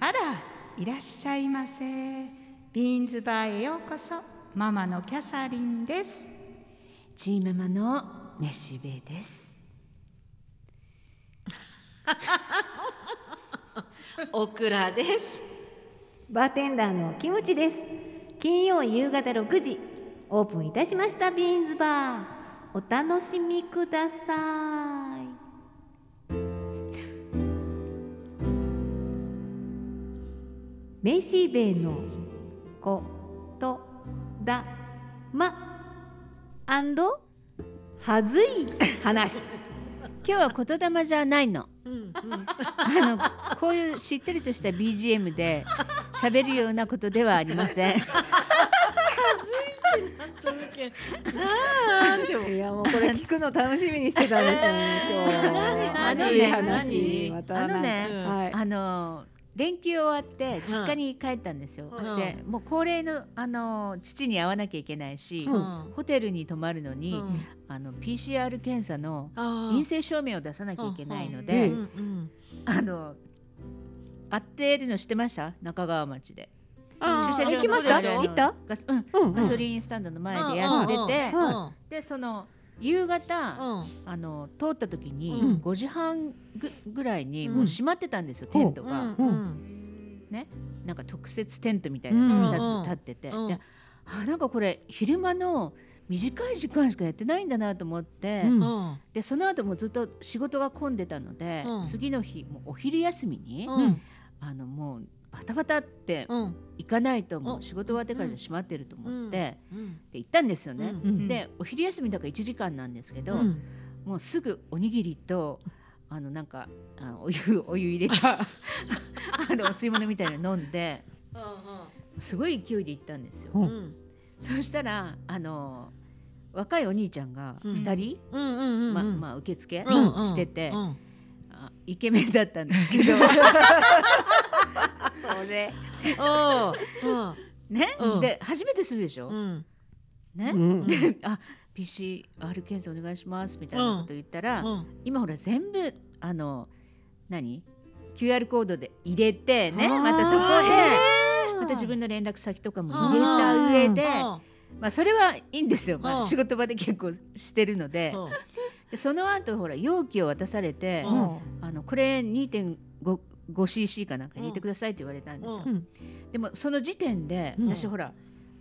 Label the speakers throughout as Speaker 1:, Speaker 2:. Speaker 1: あらいらっしゃいませビーンズバーへようこそママのキャサリンです
Speaker 2: チーママのめしべです。
Speaker 3: オクラです。
Speaker 4: バーテンダーのキムチです金曜夕方6時オープンいたしましたビーンズバーお楽しみくださいめしべのことだまはずい話
Speaker 5: 今日は言霊じゃないの。あのこういうしっとりとした BGM で喋るようなことではありません。
Speaker 3: なんでも
Speaker 4: いやもうこれ聞くの楽しみにしてたんですよね
Speaker 3: 何
Speaker 4: 今
Speaker 5: 何
Speaker 4: 日いい
Speaker 3: 何
Speaker 4: 話また
Speaker 5: あ
Speaker 4: な
Speaker 5: の
Speaker 4: んか
Speaker 5: ね、
Speaker 4: はい
Speaker 5: あの連休終わって実家に帰ったんですよ。
Speaker 3: うん
Speaker 5: でもう恒例のあの父に会わなきゃいけないし、
Speaker 3: うん
Speaker 5: ホテルに泊まるのに、
Speaker 3: うん
Speaker 5: あの PCR 検査の
Speaker 3: あー
Speaker 5: 陰性証明を出さなきゃいけないの
Speaker 3: う
Speaker 5: で、
Speaker 3: んうん
Speaker 5: あの会ってるの知ってました中川町で。
Speaker 2: あー
Speaker 5: 駐車場
Speaker 2: 行きました
Speaker 3: どうでしょう
Speaker 2: 行った
Speaker 5: ガスうん
Speaker 2: うん
Speaker 5: ガソリンスタンドの前でやってて、
Speaker 3: うん
Speaker 5: でその夕方、
Speaker 3: うんうん
Speaker 5: あの通った時に、
Speaker 3: うん
Speaker 5: 5時半ぐぐらいに
Speaker 3: うん
Speaker 5: もう閉まってたんですよ、テントが、
Speaker 3: うんうん
Speaker 5: なんか特設テントみたいなのが
Speaker 3: うん
Speaker 5: 2つ立ってて、
Speaker 3: うん
Speaker 5: であなんかこれ昼間の短い時間しかやってないんだなと思って、
Speaker 2: うん
Speaker 3: うん
Speaker 5: でその後もずっと仕事が混んでたので、
Speaker 3: うん
Speaker 5: 次の日もうお昼休みに、
Speaker 3: うん
Speaker 5: あのもうバタバタって
Speaker 3: うん
Speaker 5: 行かないとも
Speaker 3: うん
Speaker 5: う仕事終わってからじゃ閉まってると思って、で
Speaker 3: うん
Speaker 5: 行ったんですよね。
Speaker 2: うん
Speaker 5: でお昼休みだから1時間なんですけど、
Speaker 3: うん
Speaker 5: もうすぐおにぎりとあのなんかあお湯 お湯入れ たあのお吸い物みたいなの飲んですごい勢いで行ったんですよ。
Speaker 3: うん
Speaker 5: そしたらあの若いお兄ちゃんが2人、
Speaker 3: うんうんうん
Speaker 5: ままあ、受付
Speaker 3: うんうん
Speaker 5: してて、
Speaker 3: うん
Speaker 5: あイケメンだったんで すけどこれ
Speaker 3: うん
Speaker 5: ね、
Speaker 3: うん
Speaker 5: で初めてするでしょ、
Speaker 3: うん
Speaker 5: ね、
Speaker 2: うん
Speaker 5: で あ PCR 検査お願いしますみたいなこと言ったら、
Speaker 3: うん
Speaker 5: 今ほら全部あの何 QR コードで入れてねまたそこでまた自分の連絡先とかも入れた上でまあそれはいいんですよ、
Speaker 3: う
Speaker 5: まあ、
Speaker 3: ん
Speaker 5: 仕事場で結構してるので
Speaker 3: うん
Speaker 5: でその後ほら容器を渡されて
Speaker 3: うん
Speaker 5: あのこれ 2.5cc かなんか入れてくださいって言われたんですよ
Speaker 2: うん
Speaker 5: でもその時点で
Speaker 2: うん
Speaker 5: 私ほら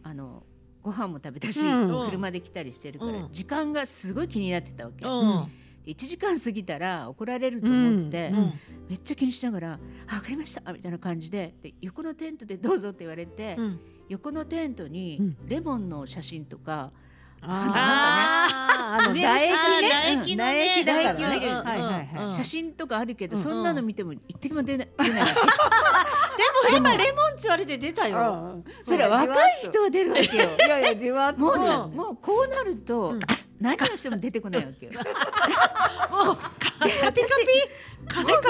Speaker 5: あのご飯も食べたし
Speaker 2: うん
Speaker 5: 車で来たりしてるから
Speaker 3: うん
Speaker 5: 時間がすごい気になってたわけ
Speaker 3: う
Speaker 5: で
Speaker 3: ん
Speaker 5: 1時間過ぎたら怒られると思って
Speaker 3: う。ん
Speaker 5: めっちゃ気にしながら「あ分かりました」みたいな感じでで横のテントでどうぞって言われて、
Speaker 3: うん
Speaker 5: 横のテント
Speaker 2: う
Speaker 5: に
Speaker 2: ん
Speaker 5: レモンの写真とか、
Speaker 3: あ
Speaker 5: あの
Speaker 2: 唾液
Speaker 3: ー
Speaker 5: ね
Speaker 3: 唾液のね唾
Speaker 5: うん唾液
Speaker 3: 液
Speaker 5: だからね
Speaker 3: うん
Speaker 2: はいはいはい
Speaker 3: うん
Speaker 5: 写真とかあるけど、
Speaker 3: うん
Speaker 5: そんなの見ても一滴も出ない出ない
Speaker 3: でも今レモンって言われて出たよ
Speaker 2: うん
Speaker 5: それは若い人は出るわけよ
Speaker 2: いやいやじわっと
Speaker 5: もうね、
Speaker 2: ん
Speaker 5: もうこうなると、
Speaker 3: うん
Speaker 5: 何をしても出てこないわけよ
Speaker 3: もうカカピカピカピカピ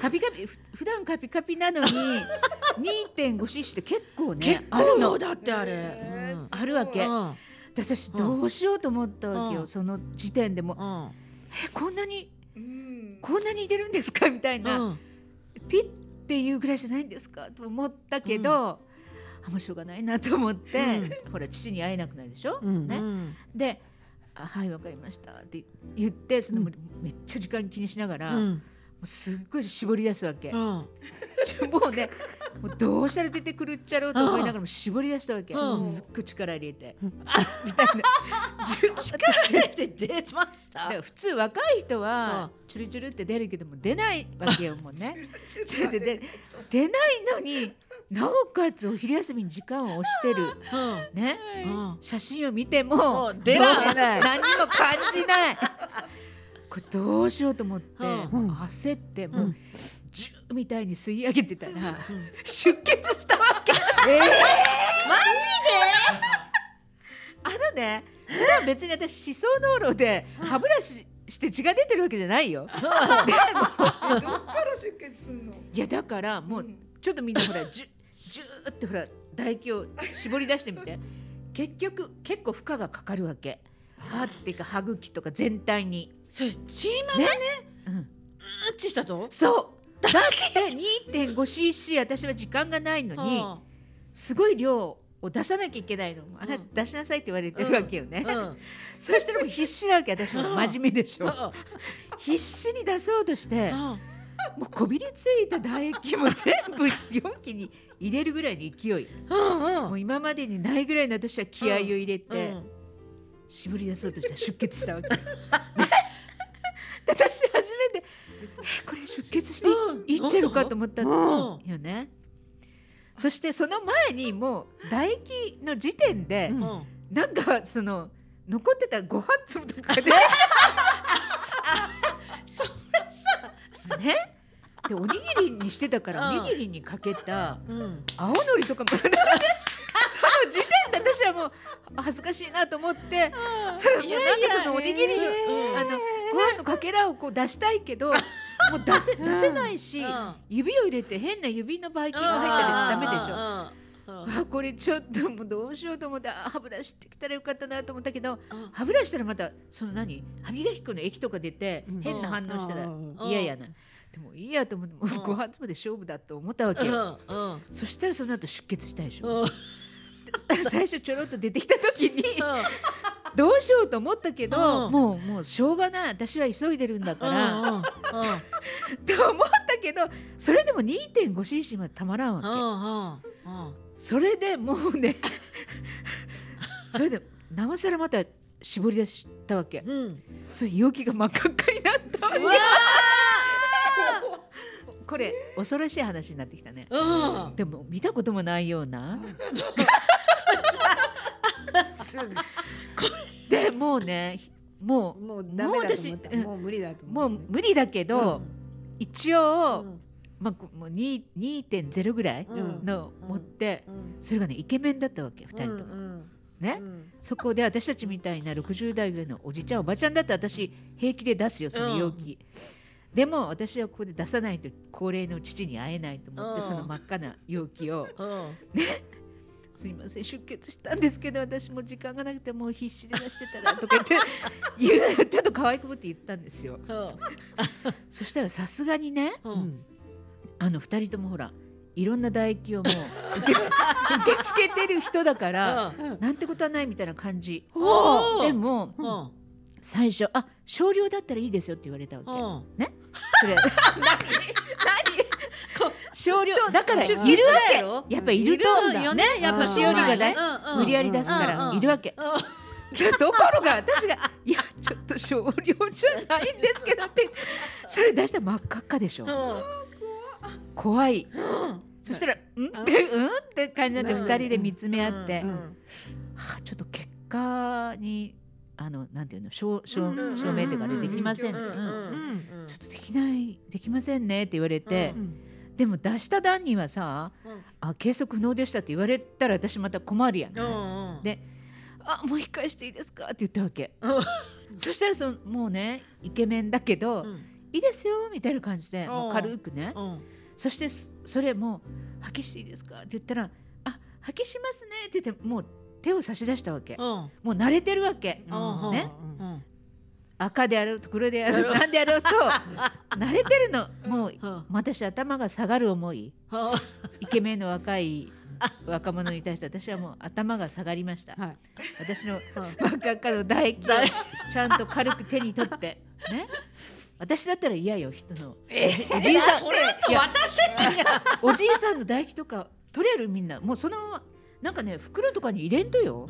Speaker 5: カピカピふ普段カピカピな のに 2.5cc って結構ね
Speaker 3: 結
Speaker 5: ある
Speaker 3: 構よ
Speaker 5: の
Speaker 3: だってあれ
Speaker 1: えー
Speaker 5: あるわけ、
Speaker 3: う
Speaker 5: で
Speaker 3: ん
Speaker 5: 私どうしようと思ったわけよ、
Speaker 3: うん
Speaker 5: その時点でも、
Speaker 3: うん
Speaker 5: えこんなに
Speaker 1: うん
Speaker 5: こんなに似てるんですかみたいな、
Speaker 3: うん
Speaker 5: ピッっていうぐらいじゃないんですかと思ったけど、あもうしょうがないなと思って、ほら父に会えなくなるでしょ、
Speaker 2: うん
Speaker 5: ね
Speaker 3: うん
Speaker 5: で「あはいわかりました」って言ってその、
Speaker 2: うん
Speaker 5: めっちゃ時間気にしなが
Speaker 3: う
Speaker 5: ら、も
Speaker 3: ん
Speaker 5: うすっごい絞り出すわけ、
Speaker 3: うん
Speaker 5: もうねもうどうしたら出てくるっちゃろうと思いながらも絞り出したわけ、
Speaker 3: うん
Speaker 5: すっごい力入れて、
Speaker 2: うん
Speaker 5: みたいな力
Speaker 3: 出て出ました
Speaker 5: だから普通若い人はチュルチュルって出るけども出ないわけよもうね チュルって出出ないのになおかつお昼休みに時間を押してる
Speaker 3: うん
Speaker 5: ね
Speaker 3: うん
Speaker 5: 写真を見て
Speaker 3: も
Speaker 5: も
Speaker 3: う出ら
Speaker 2: 出
Speaker 3: ん
Speaker 2: ない
Speaker 5: 何も感じないこれどうしようと思っ
Speaker 3: う
Speaker 5: て
Speaker 3: ん
Speaker 5: 焦っても
Speaker 3: う
Speaker 5: うんジューみたいに吸い上げてたら
Speaker 3: うん
Speaker 5: 出血したわけあのね普段別に私歯槽膿漏で歯ブラシして血が出てるわけじゃないよでも
Speaker 1: えどっから出血すんの
Speaker 5: いやだからもうちょっとみんなほらジュジューってほら唾液を絞り出してみて結局結構負荷がかかるわけ歯っていうか歯茎とか全体に、
Speaker 3: それチーマ
Speaker 5: うん、
Speaker 3: マッチしたと
Speaker 5: そうだって 2.5cc 私は時間がないのに
Speaker 3: は
Speaker 5: すごい量を出さなきゃいけないのあなた出しなさいって言われてるわけよね、
Speaker 3: あうん
Speaker 5: そしたらもう必死なわけ私も真面目でしょ
Speaker 3: あ
Speaker 5: 必死に出そうとして
Speaker 3: あ
Speaker 5: もうこびりついた唾液も全部容器に入れるぐらいの勢い
Speaker 3: うん
Speaker 5: も
Speaker 3: うん
Speaker 5: う今までにないぐらいの私は気合を入れて、絞り出そうとしたら出血したわけで私初めてえこれ出血してい,、
Speaker 3: うん
Speaker 5: っちゃうのかと思ったの
Speaker 3: う
Speaker 5: よねそしてその前にもう唾液の時点で、
Speaker 3: うん
Speaker 5: なんかその残ってたご飯粒とか で
Speaker 3: そ
Speaker 5: らさねでおにぎりにしてたから、
Speaker 3: うん
Speaker 5: おにぎりにかけた
Speaker 3: うん
Speaker 5: 青のりとかもその時点で私はもう恥ずかしいなと思ってそれもうなんかそのおにぎりのあのご飯のかけらをこう出したいけどもう出せ出せないし、指を入れて変な指のばい菌が入ったらダメでしょ。
Speaker 3: ょ
Speaker 5: あこれちょっともうどうしようと思ってあ歯ブラシってきたらよかったなと思ったけど歯ブラシしたらまたその何歯磨き粉の液とか出て
Speaker 2: うん
Speaker 5: 変な反応したら
Speaker 2: うん
Speaker 5: 嫌やなでもいいやと思ってもう
Speaker 3: うん
Speaker 5: ご飯粒で勝負だと思ったわけよ
Speaker 3: うん
Speaker 5: そしたらその後出血したでし
Speaker 3: う
Speaker 5: ょ
Speaker 3: ん
Speaker 5: で 最初ちょろっと出てきた時
Speaker 3: う
Speaker 5: に
Speaker 3: ん
Speaker 5: どうしようと思ったけ
Speaker 3: う
Speaker 5: ど
Speaker 3: ん
Speaker 5: もうもうしょうがない私は急いでるんだか
Speaker 3: う
Speaker 5: ら
Speaker 3: んうん
Speaker 5: と思ったけどそれでも 2.5cc までたまらん
Speaker 3: うんう
Speaker 5: わ
Speaker 3: んうん
Speaker 5: けそれでもうね それでなおさらまた絞り出したわけ
Speaker 3: うん
Speaker 5: それ容器が真っ赤っかになったわけ
Speaker 3: うわ
Speaker 5: これ恐ろしい話になってきたね
Speaker 3: うん
Speaker 5: でも見たこともないようなでもうねもう
Speaker 2: もうダメだと思った。
Speaker 5: もう私
Speaker 2: もう無理だと思
Speaker 5: も
Speaker 2: っ
Speaker 5: う
Speaker 2: た。
Speaker 5: 無理だけど、
Speaker 3: うん
Speaker 5: 一応、まあ、こもう2 2.0ぐらい
Speaker 3: うん
Speaker 5: の
Speaker 3: うん
Speaker 5: 持って、
Speaker 3: うん
Speaker 5: それがねイケメンだったわけ2人とも、
Speaker 3: うん
Speaker 5: ね、
Speaker 3: うん
Speaker 5: そこで私たちみたいな60代ぐらいのおじちゃんおばちゃんだって私平気で出すよその容器、でも私はここで出さないと高齢の父に会えないと思って、
Speaker 3: うん
Speaker 5: その真っ赤な容器を
Speaker 3: うん
Speaker 5: 「すいません出血したんですけど私も時間がなくてもう必死で出してたら」とか言って言うちょっと可愛くもって 言ったんですよそしたらさすがにね
Speaker 3: う
Speaker 2: うんん
Speaker 5: あの2人ともほらいろんな唾液をもう受け 付受け付けてる人だから、なんてことはないみたいな感じ
Speaker 3: おー
Speaker 5: でも、
Speaker 3: うん
Speaker 5: 最初「あ少量だったらいいですよ」って言われたわけ。
Speaker 3: うん
Speaker 5: それ少量だからい
Speaker 3: 出
Speaker 5: る
Speaker 3: 血
Speaker 5: わ
Speaker 3: だ
Speaker 5: け
Speaker 3: よ
Speaker 5: やっぱいると思うんだ
Speaker 3: よねやっぱ
Speaker 5: 年寄りがね
Speaker 3: うんうん
Speaker 5: 無理やり出すか
Speaker 3: うんうん
Speaker 5: ら
Speaker 3: うん
Speaker 5: いるわけ。でところが私が「いやちょっと少量じゃないんですけど」ってそれ出したら真っ赤っかでしょ
Speaker 3: うん
Speaker 5: 怖い。そしたら「うん?」って「うん?」って感じになって
Speaker 3: うん
Speaker 5: 2人で見つめ合って
Speaker 3: うん
Speaker 5: はあちょっと結果にあのなんていうの証証
Speaker 3: うんうんうん
Speaker 5: 証明っていうかあれできません
Speaker 3: う
Speaker 5: うん
Speaker 3: うんうん
Speaker 5: んちょっとできないできませんねって言われて
Speaker 2: う、ん
Speaker 5: でも出した段にはさ、
Speaker 3: うん
Speaker 5: あ計測不能でしたって言われたら私また困るやん、
Speaker 3: うんうん
Speaker 5: であもう一回していいですかって言ったわけ、
Speaker 3: う
Speaker 5: そしたらそのもうねイケメンだけど、
Speaker 3: うん
Speaker 5: いいですよみたいな感じで、
Speaker 3: ん
Speaker 5: もう軽くね、
Speaker 3: うん
Speaker 5: そしてそそれも「破棄していいですか?」って言ったら「あ破棄しますね」って言ってもう手を差し出したわ
Speaker 3: う
Speaker 5: け、
Speaker 3: ん
Speaker 5: もう慣れてるわけ、
Speaker 3: うん
Speaker 5: ね
Speaker 3: うん
Speaker 5: 赤であろうと黒であろうと
Speaker 3: うん
Speaker 5: 何であろうと 慣れてるのもう
Speaker 3: うん
Speaker 5: 私頭が下がる思い
Speaker 3: うん
Speaker 5: イケメンの若い若者に対して私はもう頭が下がりました、
Speaker 2: はい
Speaker 5: 私の
Speaker 3: うん
Speaker 5: 真っ赤っかの唾液を
Speaker 3: 唾
Speaker 5: ちゃんと軽く手に取 ってね私だったら嫌よ人のおじいさん
Speaker 3: これと
Speaker 5: いや
Speaker 3: 渡せってや
Speaker 5: おじいさんの唾液とか取れるみんなもうそのままなんかね袋とかに入れんとよ、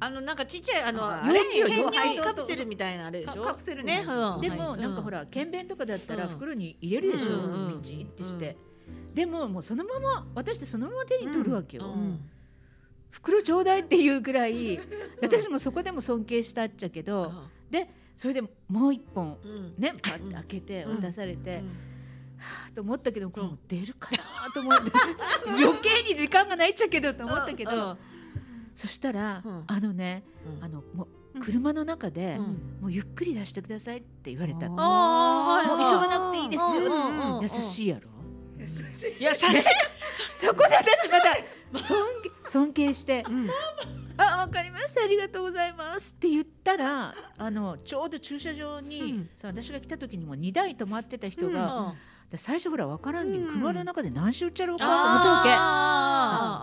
Speaker 3: あのなんかちっちゃいあの
Speaker 5: あ
Speaker 3: あれ
Speaker 5: 容器
Speaker 3: 兼
Speaker 5: よ
Speaker 3: 尿カプセルみたいなあれでしょ
Speaker 5: カプセル
Speaker 3: ね
Speaker 5: ね
Speaker 3: うん
Speaker 5: でも、
Speaker 3: はい
Speaker 5: なんかほら検便とかだったら
Speaker 3: うん
Speaker 5: 袋に入れるでしょ、
Speaker 3: うんうんうん
Speaker 5: ピチってして、でももうそのまま私ってそのまま手に取るわけ
Speaker 3: う
Speaker 5: よ、
Speaker 3: ん
Speaker 5: 袋ちょうだいっていうぐらい 私もそこでも尊敬したっちゃけ
Speaker 3: う
Speaker 5: ど、
Speaker 3: ん
Speaker 5: それでもう一本
Speaker 3: うん
Speaker 5: ねパッ
Speaker 3: うん
Speaker 5: て開けて
Speaker 3: うん
Speaker 5: 渡されて、
Speaker 3: うん
Speaker 5: はあと思ったけどこれもう出るかなと思って 余計に時間がないっちゃけどと思ったけど、
Speaker 3: うん
Speaker 5: そしたら、
Speaker 3: うん
Speaker 5: あのね
Speaker 3: うん
Speaker 5: あのもう車の中で、
Speaker 3: うん
Speaker 5: もうゆっくり出してくださいって言われ
Speaker 2: あ
Speaker 5: た、
Speaker 2: ー
Speaker 5: もう
Speaker 3: あーはい
Speaker 5: 急がなくていいですよ、
Speaker 3: うんうんうん
Speaker 5: 優しいやろ、
Speaker 3: いや優 しい
Speaker 5: そこで私また尊敬尊敬して
Speaker 2: うん
Speaker 5: 「あわかりましたありがとうございます」って言ったらあのちょうど駐車場に、
Speaker 2: うん
Speaker 5: そう私が来た時にも2台止まってた人
Speaker 3: う
Speaker 5: が、
Speaker 3: ん
Speaker 5: で最初ほら分からんけど、
Speaker 4: うん
Speaker 5: 車の中で何周売っちゃろうかと思ったわけ
Speaker 3: あー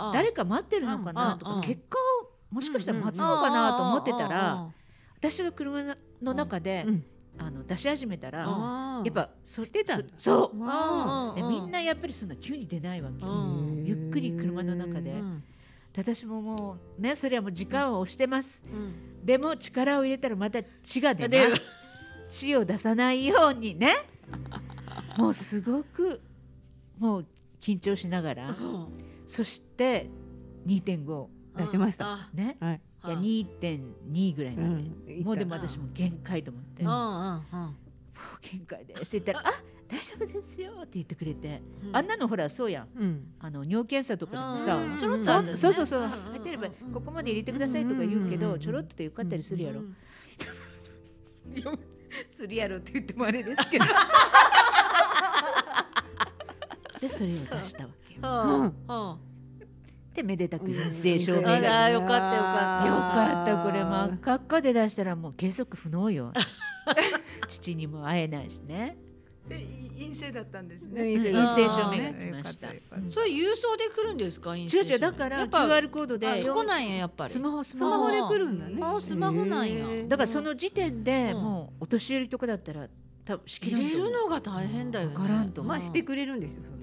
Speaker 5: あ誰か待ってるのか
Speaker 3: う
Speaker 5: なんと
Speaker 3: うん
Speaker 5: か結果をもしかしたら待つのかなと思ってたら私が車の中で
Speaker 2: うん
Speaker 5: あの出し始めたらや
Speaker 2: あ
Speaker 5: っぱそれてたそ
Speaker 3: うん
Speaker 2: あ
Speaker 5: うでみんなやっぱりそんな急に出ないわけ
Speaker 3: う
Speaker 5: よ
Speaker 3: ん
Speaker 5: ゆっくり車の中でで私ももうねそれはもう時間を押してますでも力を入れたらまた血が出
Speaker 3: 出
Speaker 5: ま
Speaker 3: る
Speaker 5: す血を出さないようにねもうすごくもう緊張しながらそして2.5
Speaker 2: 出しました
Speaker 3: あ
Speaker 5: ね
Speaker 2: はい
Speaker 5: いや2.2ぐらいまで、
Speaker 2: ん
Speaker 5: もうでも
Speaker 3: うん
Speaker 5: 私も限界と思って「
Speaker 3: うんう
Speaker 5: もうん
Speaker 3: うん
Speaker 5: 限界です」 って言ったら「あ大丈夫ですよ」って言ってくれて、
Speaker 3: うん
Speaker 5: あんなのほらそうやん
Speaker 2: うん
Speaker 5: あの尿検査とかでも
Speaker 3: う
Speaker 5: さ、
Speaker 3: ん
Speaker 2: ちょろっと
Speaker 5: そ
Speaker 2: あ
Speaker 5: う
Speaker 2: るよね
Speaker 5: そうそうそう、
Speaker 3: うん
Speaker 5: 入ってれば「ここまで入れてください」とか言うけど、
Speaker 2: うん
Speaker 5: ちょろっとでよかったりするやろ、
Speaker 3: うん
Speaker 5: するやろって言ってもあれですけど でそれを出したわけよ
Speaker 3: うんうん
Speaker 5: でめでたく陰性証明
Speaker 3: あ
Speaker 5: が
Speaker 3: らよかったよか
Speaker 5: よ
Speaker 3: っ
Speaker 5: かったこれ真っ赤っかで出したらもう計測不 能よ父にも会えないしね
Speaker 1: え陰性だったんです
Speaker 2: うん
Speaker 1: ね。
Speaker 2: 陰性
Speaker 5: 陰性証
Speaker 3: 明
Speaker 5: が来ました
Speaker 1: よかっよかった
Speaker 3: それ郵送で来るんですか違う
Speaker 5: 違う違うだから
Speaker 3: やっぱ
Speaker 5: QR コード
Speaker 3: あ
Speaker 5: で
Speaker 3: そこなんややっぱり
Speaker 5: スマホス
Speaker 2: スマ
Speaker 5: マ
Speaker 2: ホ
Speaker 5: ホ
Speaker 2: で来るんだね
Speaker 3: あスマホなんや
Speaker 2: へー
Speaker 5: だからその時点で
Speaker 3: うん
Speaker 5: もうお年寄りとかだったら多分仕切らん
Speaker 3: 入れ
Speaker 5: と思
Speaker 3: る
Speaker 5: う
Speaker 3: のが大変だよね
Speaker 5: わからんと思
Speaker 2: まあ
Speaker 3: うん
Speaker 2: してくれるんですよその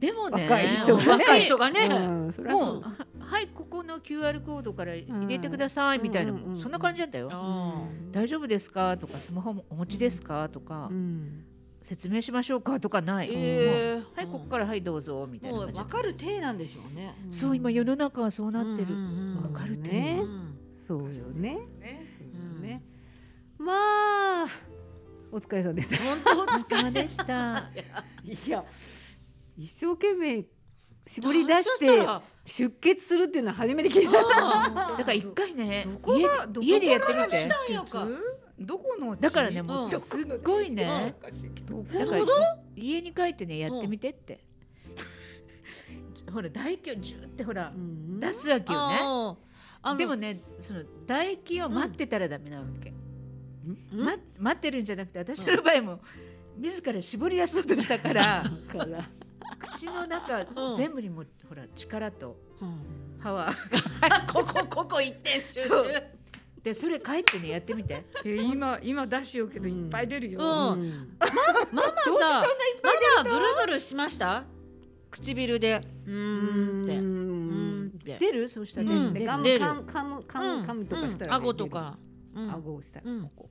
Speaker 5: でもね
Speaker 2: 若い人がね
Speaker 3: 若い人がね
Speaker 2: うんそれは
Speaker 5: も
Speaker 2: そう
Speaker 5: うははいここの QR コードから入れてくださいみたいな、
Speaker 2: うんうんうんうん
Speaker 5: そんな感じだったよ、
Speaker 3: うん
Speaker 5: 大丈夫ですかとかスマホもお持ちですかとか、
Speaker 2: うん
Speaker 5: 説明しましょうかとかない、
Speaker 3: え
Speaker 5: もう
Speaker 3: ー
Speaker 5: はいここからはいどうぞみたいな
Speaker 3: も
Speaker 5: 感
Speaker 3: う
Speaker 5: じ
Speaker 3: 分かる体なんでしょうね
Speaker 5: そう今世の中はそうなってる、
Speaker 3: うん
Speaker 5: わかるって
Speaker 3: う
Speaker 2: ね
Speaker 3: ん
Speaker 2: そうよね
Speaker 1: ね
Speaker 2: そうよねまあお疲れ様です
Speaker 3: 本当
Speaker 5: お疲れでした
Speaker 2: いや一生懸命絞り出して出血するっていうのは初めて聞いた
Speaker 5: だ
Speaker 3: だ
Speaker 5: から一回ね
Speaker 1: どこがどこ
Speaker 5: 家でやってみ
Speaker 1: か
Speaker 5: て
Speaker 1: ら来たんやかどこの地
Speaker 5: だからねも
Speaker 3: う
Speaker 1: どこの地
Speaker 5: すっごいね
Speaker 1: どこ
Speaker 5: だ
Speaker 1: の
Speaker 5: か
Speaker 1: 地
Speaker 5: ら家に帰ってねやってみてって、ほら唾液をジューってほら、
Speaker 2: うん
Speaker 5: 出すわけよね
Speaker 3: ね
Speaker 5: でもねその唾液を待ってたらダメなわけ、
Speaker 3: うん
Speaker 5: ま待ってるんじゃなくて私の場合も自ら絞り出そうとしたから
Speaker 2: だから
Speaker 5: 口の中
Speaker 3: うん
Speaker 5: 全部にもうほら力と
Speaker 3: うん
Speaker 5: パワー
Speaker 3: ここここ一点集中
Speaker 5: そうでそれ帰ってねやってみて
Speaker 1: え今今出しようけどいっぱい出るよ、
Speaker 3: うん
Speaker 2: うん
Speaker 3: ママさママブルブルしました唇でうーんってうーんって
Speaker 5: 出るそうしたら、
Speaker 3: うん
Speaker 5: 出る
Speaker 2: でガム
Speaker 3: 出る
Speaker 2: 噛む噛む噛む噛むとかしたら
Speaker 3: うん顎とかうん
Speaker 2: 顎をしたら
Speaker 3: うん
Speaker 2: ここ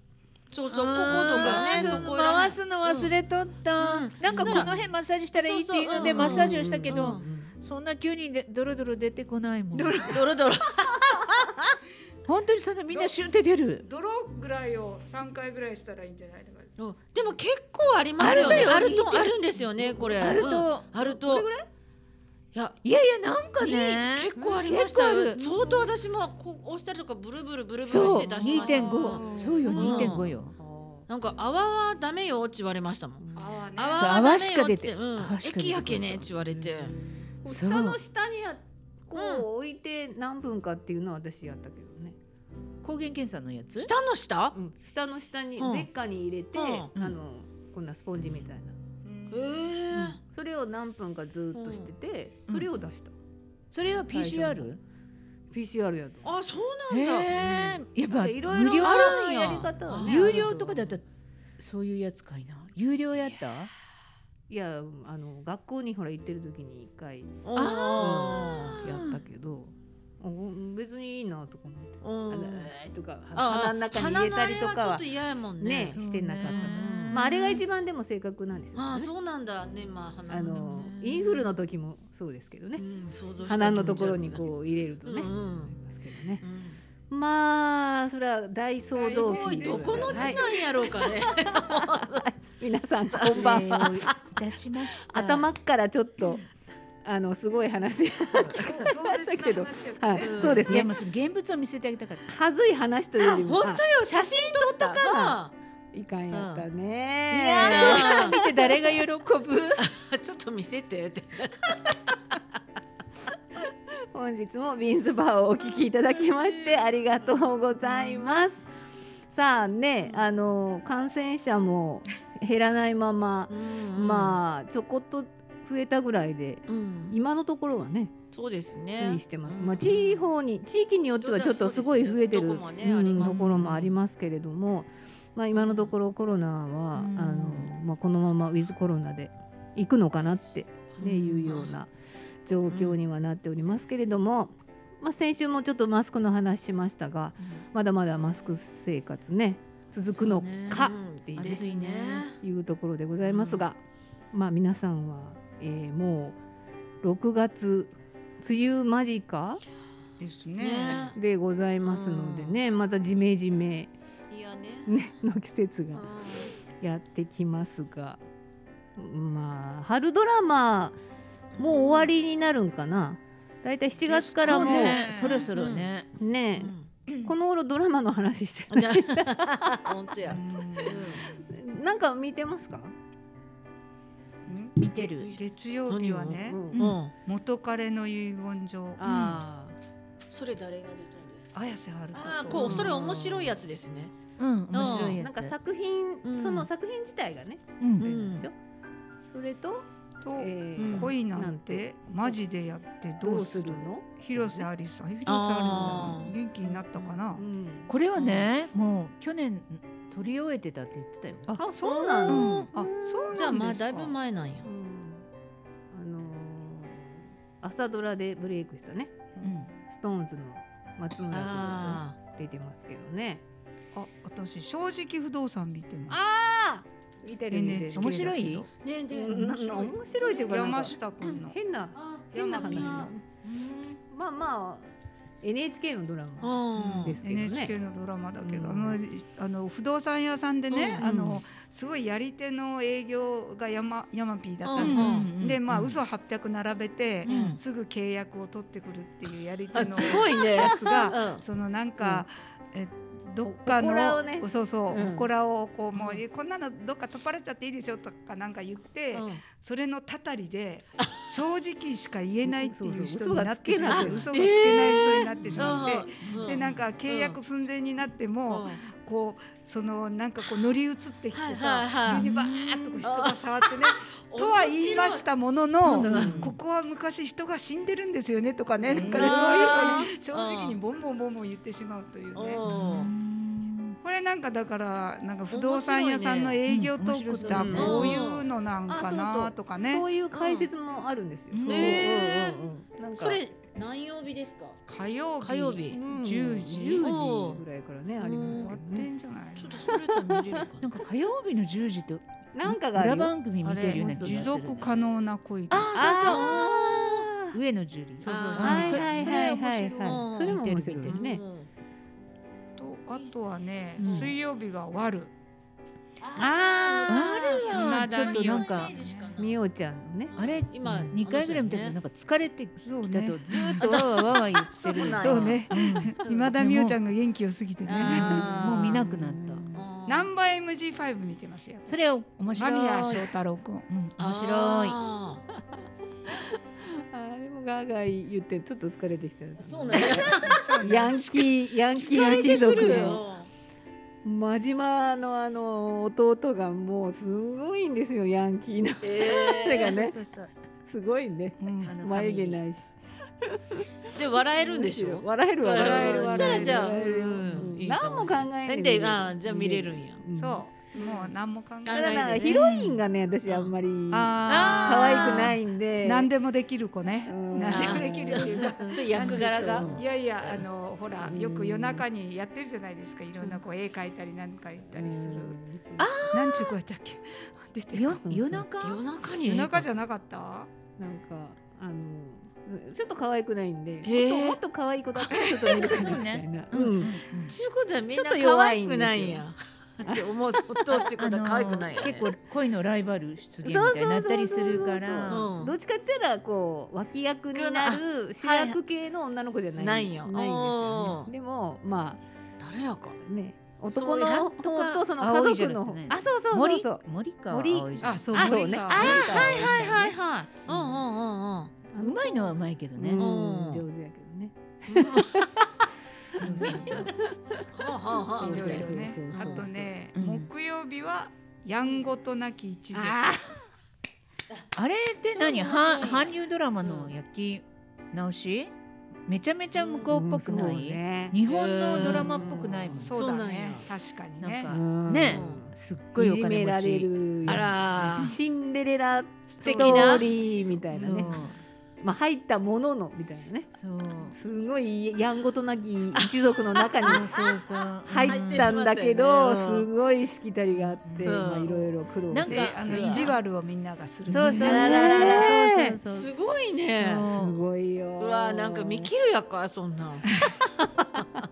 Speaker 3: そうそうこことかね
Speaker 5: あー
Speaker 3: そ
Speaker 5: そ
Speaker 3: こ
Speaker 5: う
Speaker 3: ら辺
Speaker 5: 回すの忘れとった、
Speaker 3: うん
Speaker 5: なんかこの辺マッサージしたらいいっていうのでマッサージをしたけど、
Speaker 3: うん
Speaker 5: そんな急にでドロドロ出てこないもん
Speaker 3: ドロドロ
Speaker 5: 本当にそんなみんなシュンって出る
Speaker 1: 泥ぐらいを三回ぐらいしたらいいんじゃないのか
Speaker 3: でも結構ありますよね。あ
Speaker 5: あ
Speaker 3: る
Speaker 5: る
Speaker 3: と
Speaker 5: とよ
Speaker 3: あるんですよねこれ。
Speaker 5: ある
Speaker 3: うん
Speaker 5: と、
Speaker 3: あると。いや。
Speaker 5: いやいやなんかね
Speaker 3: いい結構ありました
Speaker 5: うん
Speaker 3: よ。
Speaker 5: 結構
Speaker 3: 相当私もこう押したりとかブルブルブルブルし
Speaker 5: そう
Speaker 3: て出しましたもん。
Speaker 5: 2.5そうよ
Speaker 3: うん
Speaker 5: 2.5よ、
Speaker 3: なんか泡はダメよって言われましたもん。
Speaker 1: 泡はね
Speaker 3: 泡は
Speaker 5: そう
Speaker 3: ダメよ
Speaker 5: 泡しか出て
Speaker 3: ってうん
Speaker 5: 泡しか出てこない
Speaker 3: 液やけねって言われて。
Speaker 2: こう
Speaker 5: そう
Speaker 2: 下の下にやこ
Speaker 3: う
Speaker 2: う置いて何分かっていうのは私やったけどね、
Speaker 5: 抗原検査のやつ
Speaker 3: 下の下？
Speaker 2: うん、下の下に
Speaker 3: うん
Speaker 2: 舌下に入れて、
Speaker 3: う
Speaker 5: うん
Speaker 2: あのこんなスポンジみたいな
Speaker 1: うん
Speaker 3: ええ。
Speaker 2: それを何分かずっとしてて、
Speaker 5: うん
Speaker 2: それを出した、
Speaker 5: それは PCR?
Speaker 2: PCR やと
Speaker 3: あそう
Speaker 5: へ
Speaker 3: なんだ。
Speaker 5: えや
Speaker 2: なん
Speaker 5: っぱ
Speaker 2: かいろいろ
Speaker 5: 無料
Speaker 3: あるんや
Speaker 2: やり方はね
Speaker 5: 有料とかだ
Speaker 2: っ
Speaker 5: ったらそういうやつかいな有料やった
Speaker 2: いやあの学校にほら行ってる時に一回や
Speaker 3: あ
Speaker 2: ったけど、お別にいいなとか思って
Speaker 3: ー。う
Speaker 2: あの
Speaker 3: ん
Speaker 2: えーとか
Speaker 3: あ
Speaker 2: 鼻の中に入れたりと
Speaker 3: 鼻のあ
Speaker 2: か
Speaker 3: れはちょ
Speaker 2: は
Speaker 3: っと嫌やもん
Speaker 2: ね
Speaker 3: ね。
Speaker 2: してなかった
Speaker 5: そう
Speaker 2: な、
Speaker 5: ね
Speaker 2: まあ、あれが一番でも正確なんですよ、ね、
Speaker 3: ああそうなんだねまあ鼻
Speaker 2: あ
Speaker 3: の
Speaker 2: の
Speaker 5: ね
Speaker 2: インフルの時もそうですけどね、
Speaker 3: うん想像したら
Speaker 2: 鼻のところに
Speaker 3: 気持ち悪
Speaker 2: こう入れるとね、
Speaker 3: くなるうんうん
Speaker 2: ますけどね
Speaker 3: うん
Speaker 2: まあそれは大騒
Speaker 3: す
Speaker 2: 動
Speaker 3: ご
Speaker 2: 期
Speaker 3: い
Speaker 2: です
Speaker 3: どこの地
Speaker 2: はい、
Speaker 3: なんやろうかね。
Speaker 2: 皆さんこんばんは
Speaker 5: 失礼をいたしました
Speaker 2: 頭っからちょっとあのすごい
Speaker 1: そ
Speaker 2: 話
Speaker 1: う
Speaker 2: だけど
Speaker 1: 壮絶な話や
Speaker 2: は
Speaker 1: っ
Speaker 2: い、
Speaker 1: た
Speaker 2: そうです
Speaker 5: いや
Speaker 2: ね
Speaker 5: もうその現物を見せてあげたかった
Speaker 2: はずい話というよりも
Speaker 3: 本当よ写真撮ったから。
Speaker 2: あいかんやった
Speaker 5: い
Speaker 2: ね、
Speaker 5: やーそういうの見て誰が喜ぶ
Speaker 3: ちょっと見せてって。
Speaker 2: 本日もビーンズバーをお聞きいただきましてありがとうございます。さあね、あの感染者も減らないまま、
Speaker 3: あ、
Speaker 2: まあちょこっと増えたぐらいで
Speaker 3: うん、
Speaker 2: 今のところはね
Speaker 3: そうです
Speaker 2: 推
Speaker 3: ね
Speaker 2: 移してます、
Speaker 3: うん
Speaker 2: まあ地方に地域によってはちょっとすごい増えてる
Speaker 3: そうですねどこもね
Speaker 2: うん
Speaker 3: あります
Speaker 2: ところもありますけれども、まあ、今のところコロナは、
Speaker 3: うん
Speaker 2: あのまあ、このままウィズコロナで行くのかなって、ね
Speaker 3: うん
Speaker 2: いうような状況にはなっておりますけれども、まあ、先週もちょっとマスクの話しましたがまだまだマスク生活ね続くのかっていう,、
Speaker 3: 暑いね
Speaker 2: いうところでございますが、まあ皆さんは、えーもう6月梅雨間近
Speaker 1: です
Speaker 3: ね
Speaker 1: ね。
Speaker 2: でございますのでね、またジメジメ、
Speaker 3: いやね
Speaker 2: ね、の季節
Speaker 3: う
Speaker 2: が
Speaker 3: ん
Speaker 2: やってきますがまあ春ドラマもう終わりになるんかなだいたい7月からもう
Speaker 5: そうね
Speaker 2: ね
Speaker 5: そろそろね、
Speaker 2: この頃ドラマの話して
Speaker 3: うん
Speaker 2: ない
Speaker 3: 本当や
Speaker 2: なんか見てますか
Speaker 1: うん
Speaker 5: 見てる
Speaker 1: 月曜日はね
Speaker 2: 何を、
Speaker 3: うんうん
Speaker 1: 元彼の遺言状、
Speaker 2: あ
Speaker 3: それ誰が出たんですか
Speaker 1: 綾瀬はる
Speaker 3: あ
Speaker 1: か
Speaker 3: あ
Speaker 1: と
Speaker 3: こうそれ面白いやつですね
Speaker 5: うん面白いやつ
Speaker 2: なんか作品、
Speaker 3: うん
Speaker 2: その作品自体がね、あ
Speaker 5: うん
Speaker 2: れなんでしょそれと、
Speaker 1: と
Speaker 2: えー
Speaker 3: うん
Speaker 1: 恋なんてマジでやって
Speaker 2: ど
Speaker 1: ど
Speaker 2: う
Speaker 1: う
Speaker 2: す
Speaker 1: する
Speaker 2: るの、
Speaker 1: 広瀬アリスさん広瀬
Speaker 3: あ
Speaker 1: ア
Speaker 3: ー
Speaker 1: リスさん元気になったかな、
Speaker 2: うん
Speaker 5: これはね、もう去年撮り終えてたって言ってたよ
Speaker 3: あ
Speaker 2: あそうなの、
Speaker 5: の
Speaker 1: あそうなんですか
Speaker 3: じゃあまあだいぶ前なんや
Speaker 2: あのー朝ドラでブレイクしたね
Speaker 5: うん
Speaker 2: ストーンズの松村君
Speaker 3: あ
Speaker 2: 出てますけどね
Speaker 1: あ私正直不動産見てます
Speaker 2: ああ見てる見て
Speaker 1: NHK
Speaker 2: る
Speaker 5: 面白い
Speaker 1: だけ
Speaker 3: ーねで
Speaker 2: うんなな面白いという
Speaker 1: ど
Speaker 2: かなんか
Speaker 1: 山下くんの
Speaker 2: 変な
Speaker 3: あ
Speaker 2: 変な
Speaker 1: 山
Speaker 2: 話
Speaker 1: 上
Speaker 2: まあまあ NHK のドラマ
Speaker 3: うん
Speaker 2: ですけどね
Speaker 1: NHK のドラマだけど、
Speaker 2: うん
Speaker 1: あのあの不動産屋さんでね、
Speaker 2: うん
Speaker 1: あのすごいやり手の営業が山山 P だったんですよ、
Speaker 5: うん
Speaker 1: でまあ嘘800並べて、
Speaker 3: うん
Speaker 1: すぐ契約を取ってくるっていうやり手
Speaker 3: あ
Speaker 1: の
Speaker 3: すごいね
Speaker 1: やつが
Speaker 3: うん
Speaker 1: そのなんか、えどっかの
Speaker 2: ほこらをね
Speaker 1: そうそう、
Speaker 2: うん
Speaker 1: ほこらをこうもう、
Speaker 3: うん
Speaker 1: えこんなのどっか取っ払っちゃっていいでしょとかなんか言って、
Speaker 3: うん
Speaker 1: それのたたりで正直しか言えないっていう
Speaker 2: そう
Speaker 1: 人
Speaker 2: そう嘘
Speaker 1: に
Speaker 2: が
Speaker 1: なってしまって
Speaker 2: つ
Speaker 1: 嘘がつ
Speaker 3: けない
Speaker 1: けない人になってしまって、
Speaker 3: うん
Speaker 1: でなんか契約寸前になっても、
Speaker 3: うん
Speaker 1: こうそのなんかこう乗り移ってきて
Speaker 3: はいはいは
Speaker 1: さ
Speaker 3: い
Speaker 1: 急にバーッとこう人が触ってねとは言いまし
Speaker 3: 面
Speaker 1: たものの
Speaker 3: 白い
Speaker 1: ここは昔人が死んでるんですよねとかねなんか
Speaker 3: う
Speaker 1: ね
Speaker 3: ん
Speaker 1: そういうのに正直にボンボンボンボン言ってしまうという
Speaker 3: 白い
Speaker 1: ね
Speaker 3: うん
Speaker 1: これなんかだからなんか不動産屋さんの営業トークってあ
Speaker 5: 面白いね
Speaker 1: こういうのなんか
Speaker 2: うんあそうそう
Speaker 1: なとかね
Speaker 2: そういう解説もあるんですよ。
Speaker 5: うん
Speaker 2: そう
Speaker 3: へー
Speaker 2: うんうんうんなんか
Speaker 3: それ何曜日ですか
Speaker 1: 火曜日
Speaker 3: 火曜日
Speaker 2: うん
Speaker 1: 10時
Speaker 2: 10時ぐらいからねあり
Speaker 1: 終
Speaker 2: ま
Speaker 1: わ
Speaker 2: す
Speaker 1: っ
Speaker 2: けど
Speaker 1: て
Speaker 2: ね。
Speaker 1: んじゃない
Speaker 3: ちょっとそれと見れるか
Speaker 5: な
Speaker 3: なん
Speaker 5: か火曜日の10時って
Speaker 2: なんかがある
Speaker 5: 裏
Speaker 2: よ
Speaker 5: 番組
Speaker 1: あ
Speaker 5: 見てる
Speaker 1: れ
Speaker 5: ような気がする
Speaker 1: 持続可能な恋です
Speaker 2: あ
Speaker 5: 上野樹里
Speaker 3: そうそう
Speaker 5: あ
Speaker 2: は
Speaker 5: ー
Speaker 2: い
Speaker 5: そ
Speaker 2: はいはいはい
Speaker 3: うん
Speaker 2: はい。それも面白い
Speaker 5: 見てる
Speaker 2: ね。
Speaker 1: とあとはね、
Speaker 2: うん
Speaker 1: 水曜日が終わる
Speaker 2: あ
Speaker 5: あ
Speaker 1: 今
Speaker 5: ーちょっとなんか
Speaker 2: あ、みおちゃんのね。
Speaker 5: あれ
Speaker 3: 今
Speaker 5: 2回ぐらい見たけどなんか疲れてき
Speaker 1: そう
Speaker 5: たとずーっとわーわーわーわー言ってる
Speaker 1: そうね
Speaker 5: うん
Speaker 1: 今田美桜ちゃんが元気よすぎてね
Speaker 3: あー
Speaker 5: もう見なくなった
Speaker 1: ナンバー MG5 見てますよ
Speaker 5: それ面白
Speaker 1: 間
Speaker 5: い
Speaker 1: 宮祥太朗君
Speaker 5: うん面白い
Speaker 3: い
Speaker 2: あれもガーガー言ってちょっと疲れてきた。
Speaker 3: そうなんや
Speaker 2: ヤンキーヤンキー一
Speaker 3: 来
Speaker 2: 族
Speaker 3: る
Speaker 2: の
Speaker 3: よ
Speaker 2: 真島のあの弟がもうすごいんですよヤンキーの
Speaker 3: え
Speaker 2: 手がね
Speaker 5: そうそうそう
Speaker 2: すごいね
Speaker 1: うん
Speaker 5: あの
Speaker 2: 眉毛ないし
Speaker 3: ーで笑えるんでしょ
Speaker 2: 笑える笑える
Speaker 1: 笑える
Speaker 2: 笑え
Speaker 1: そしたら
Speaker 2: る
Speaker 1: じゃあ
Speaker 2: 笑える
Speaker 3: うんいいか
Speaker 2: 何
Speaker 3: も
Speaker 2: も
Speaker 3: し
Speaker 2: 考
Speaker 3: れ
Speaker 2: えない
Speaker 3: であーじゃあ見れるんや
Speaker 2: うん
Speaker 1: そうもう何も考え
Speaker 2: た
Speaker 1: ない
Speaker 2: だなんか
Speaker 3: 考えないで
Speaker 2: ヒ
Speaker 3: ね
Speaker 2: ロインがね私あんまり
Speaker 1: あ
Speaker 2: 可愛くないんで
Speaker 1: ー何でもできる子ね
Speaker 2: うん
Speaker 1: 何でもできるっていうか
Speaker 3: そうそう役柄が
Speaker 2: うん
Speaker 1: いやいやあのほら
Speaker 2: うん
Speaker 1: よく夜中にやってるじゃないですかいろんなこう絵描いたり何か言ったりする
Speaker 2: あ
Speaker 1: 何ちゅう声だっけ出てる
Speaker 5: よ夜中
Speaker 3: 夜中に
Speaker 1: 夜中じ
Speaker 3: ゃ
Speaker 1: ゃなかった
Speaker 2: なんかあのちょっと可愛くないんでもっ
Speaker 3: へ
Speaker 2: と
Speaker 3: ー
Speaker 2: もっと可愛い子だったらちょっと見るかなみたいなうん
Speaker 3: ちゅうことはみんな
Speaker 2: ちょっと弱
Speaker 3: 可
Speaker 2: い
Speaker 3: 愛
Speaker 2: ん
Speaker 3: く
Speaker 2: ですよ
Speaker 3: ないんやち ょ思うとちゅうことは可愛くないよね
Speaker 5: 結構恋のライバル出現みたいになったりするから
Speaker 3: そうそうそうそううん
Speaker 2: どっちかって言ったらこう脇役になる主役系の女の子じゃない
Speaker 3: ない
Speaker 2: ない
Speaker 3: よ
Speaker 2: んですよ
Speaker 3: おー
Speaker 2: ねでもま
Speaker 3: 誰やか
Speaker 2: あね男の
Speaker 5: そういう
Speaker 2: 方とその
Speaker 5: 青
Speaker 2: 家
Speaker 5: いじゃ
Speaker 2: 族
Speaker 5: な
Speaker 2: の
Speaker 5: く
Speaker 2: 方
Speaker 5: てね
Speaker 2: あそうそうそう
Speaker 5: 森
Speaker 2: そう
Speaker 5: 森か
Speaker 2: 森
Speaker 5: 青いじゃん
Speaker 1: あそう
Speaker 2: あ
Speaker 1: 森か
Speaker 2: そうね
Speaker 1: 森か
Speaker 3: はいはいはいはいうんうんうんうん
Speaker 5: うまいのはうまいけど
Speaker 2: う
Speaker 5: ね、そうん
Speaker 3: うん
Speaker 2: 上手やけどね
Speaker 5: そうそう
Speaker 3: はあはあはあ
Speaker 1: いろいろ
Speaker 2: そう
Speaker 1: ね
Speaker 2: そうそうそう
Speaker 1: あとね
Speaker 5: うん
Speaker 1: 木曜日はやんごとなき一族
Speaker 5: ああれって何
Speaker 3: そう
Speaker 5: は
Speaker 3: 面白い
Speaker 5: 韓流ドラマの焼き直し、めちゃめちゃ向こうっぽく
Speaker 2: う
Speaker 5: ない、
Speaker 2: んそうね
Speaker 5: 日本のドラマっぽくないもん、
Speaker 2: うん
Speaker 1: そうだね
Speaker 3: そう
Speaker 1: 確かにね
Speaker 5: な
Speaker 2: う
Speaker 5: んか
Speaker 2: ん
Speaker 5: ね
Speaker 3: う
Speaker 5: すっごい
Speaker 2: い
Speaker 5: お
Speaker 2: じ
Speaker 5: 金
Speaker 2: めら
Speaker 5: 持
Speaker 2: れ
Speaker 5: ち
Speaker 2: る
Speaker 3: あらー
Speaker 2: シンデレラスト
Speaker 3: 素敵な
Speaker 2: ーリーみたいな
Speaker 5: そう
Speaker 2: ねまあ入ったもののみたいなね
Speaker 5: そう
Speaker 2: すごいやんごとなき一族の中 に
Speaker 5: そうそうそう
Speaker 2: 入ったんだけ
Speaker 5: う
Speaker 2: ど、す
Speaker 5: ん
Speaker 2: ごいしきたりがあって、
Speaker 5: うん
Speaker 2: まあいろいろ苦労
Speaker 5: なん
Speaker 1: で
Speaker 5: か
Speaker 1: あの意地悪をみんながする
Speaker 5: そうそうそうそう
Speaker 2: あらららら
Speaker 5: そうそうそ
Speaker 3: す
Speaker 5: う
Speaker 3: ごいね
Speaker 5: そう
Speaker 2: すごいよ。
Speaker 3: うわーなんか見切るやかそんな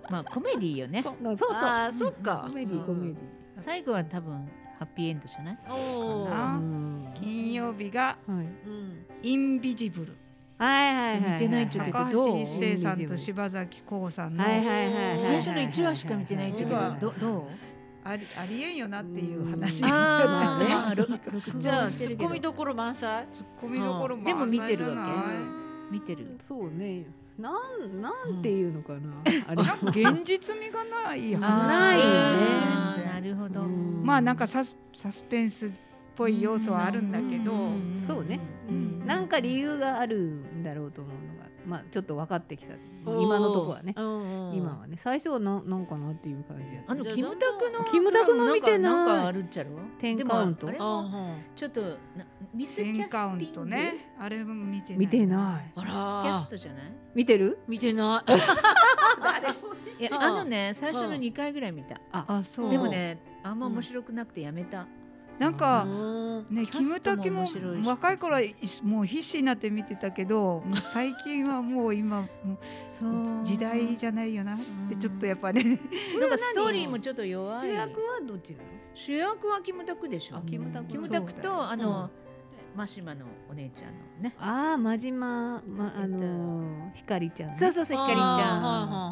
Speaker 5: まあコメディーよね
Speaker 2: そうそうそう。
Speaker 3: あーそっか
Speaker 2: コメディコメデ
Speaker 5: 最後は多分ハッピーエンドじゃない
Speaker 3: お
Speaker 1: かな
Speaker 3: ー
Speaker 2: ィ。
Speaker 1: あ
Speaker 2: うん
Speaker 1: 金曜日が
Speaker 2: はい
Speaker 3: うん
Speaker 1: インビジブル
Speaker 2: はいはいはいはい。
Speaker 5: 見てないっちゃけど
Speaker 1: 高
Speaker 5: ど
Speaker 1: 橋
Speaker 5: う
Speaker 1: 一生さんと柴咲コウさんの
Speaker 2: はいはいはいはい。
Speaker 5: 最初の一話しか見てないっていう
Speaker 1: は
Speaker 5: か
Speaker 1: い
Speaker 5: どどう
Speaker 1: ありありえんよなっていう話
Speaker 2: うん
Speaker 5: あー まあろ
Speaker 3: じゃあ
Speaker 5: 録画して
Speaker 3: ツ
Speaker 5: る
Speaker 3: ッ
Speaker 5: けど
Speaker 3: コミどころ満載
Speaker 1: ツッコミどころ
Speaker 5: うん
Speaker 1: も
Speaker 5: でも見てるわけ
Speaker 1: わ
Speaker 5: 見てる
Speaker 2: そうね。なんなんていうのかな。あれ
Speaker 1: け現実味がない
Speaker 2: あー
Speaker 1: 話
Speaker 2: ないよね
Speaker 5: あーなるほど
Speaker 2: うん
Speaker 1: まあなんかサスサスペンスっぽい要素はあるんだけど、
Speaker 5: うん
Speaker 2: そうね
Speaker 1: うん
Speaker 2: なんか理由があるんだろうと思うのが、まあちょっと分かってきた。今のとこはね。今
Speaker 3: 今
Speaker 2: はね、最初はななんかなっていう感じやった
Speaker 5: あの
Speaker 3: じゃあ
Speaker 5: キムタクの
Speaker 2: キムタクの見てない
Speaker 5: なんかんかあるっちゃろ
Speaker 2: テンカウント
Speaker 5: でもあれも
Speaker 3: あ
Speaker 5: ちょっとなミスキャステ
Speaker 1: 全カウン
Speaker 5: ィン
Speaker 1: ト
Speaker 5: グ
Speaker 1: ねあれも見てない
Speaker 2: 見てない。
Speaker 3: ーあ
Speaker 5: ミスキャ
Speaker 3: ら
Speaker 5: ストじゃない
Speaker 2: 見てる？
Speaker 3: ー見てない
Speaker 5: いや
Speaker 3: うん
Speaker 5: あのね最初
Speaker 3: う
Speaker 5: の
Speaker 3: ん
Speaker 5: 2回ぐらい見た
Speaker 1: あそう
Speaker 5: で
Speaker 1: で
Speaker 5: も
Speaker 1: も
Speaker 5: ねあんま面白くなくてやめた
Speaker 1: なん
Speaker 3: う
Speaker 1: か
Speaker 3: ん
Speaker 1: ね
Speaker 5: キ
Speaker 1: キ
Speaker 5: ャス
Speaker 1: ム
Speaker 5: ト
Speaker 1: タ
Speaker 5: も
Speaker 1: キも
Speaker 5: 面白いし
Speaker 1: 若い頃はいもう必死になって見てたけどもう最近はもう今も
Speaker 5: そう
Speaker 1: 時代じゃないよなって
Speaker 5: うん
Speaker 1: ちょっとやっぱね
Speaker 5: なんかストーリーもちょっと弱い
Speaker 2: 主役はどっちなの？
Speaker 5: 主役はキムタクでしょ
Speaker 2: あキムタク
Speaker 5: キムタク
Speaker 1: そうだよ
Speaker 5: とあのマシマのお姉ちゃんのね
Speaker 2: ああ、真島、ま、あのー、ひかりちゃんね、
Speaker 5: そうそうそうひかりちゃん
Speaker 3: あーは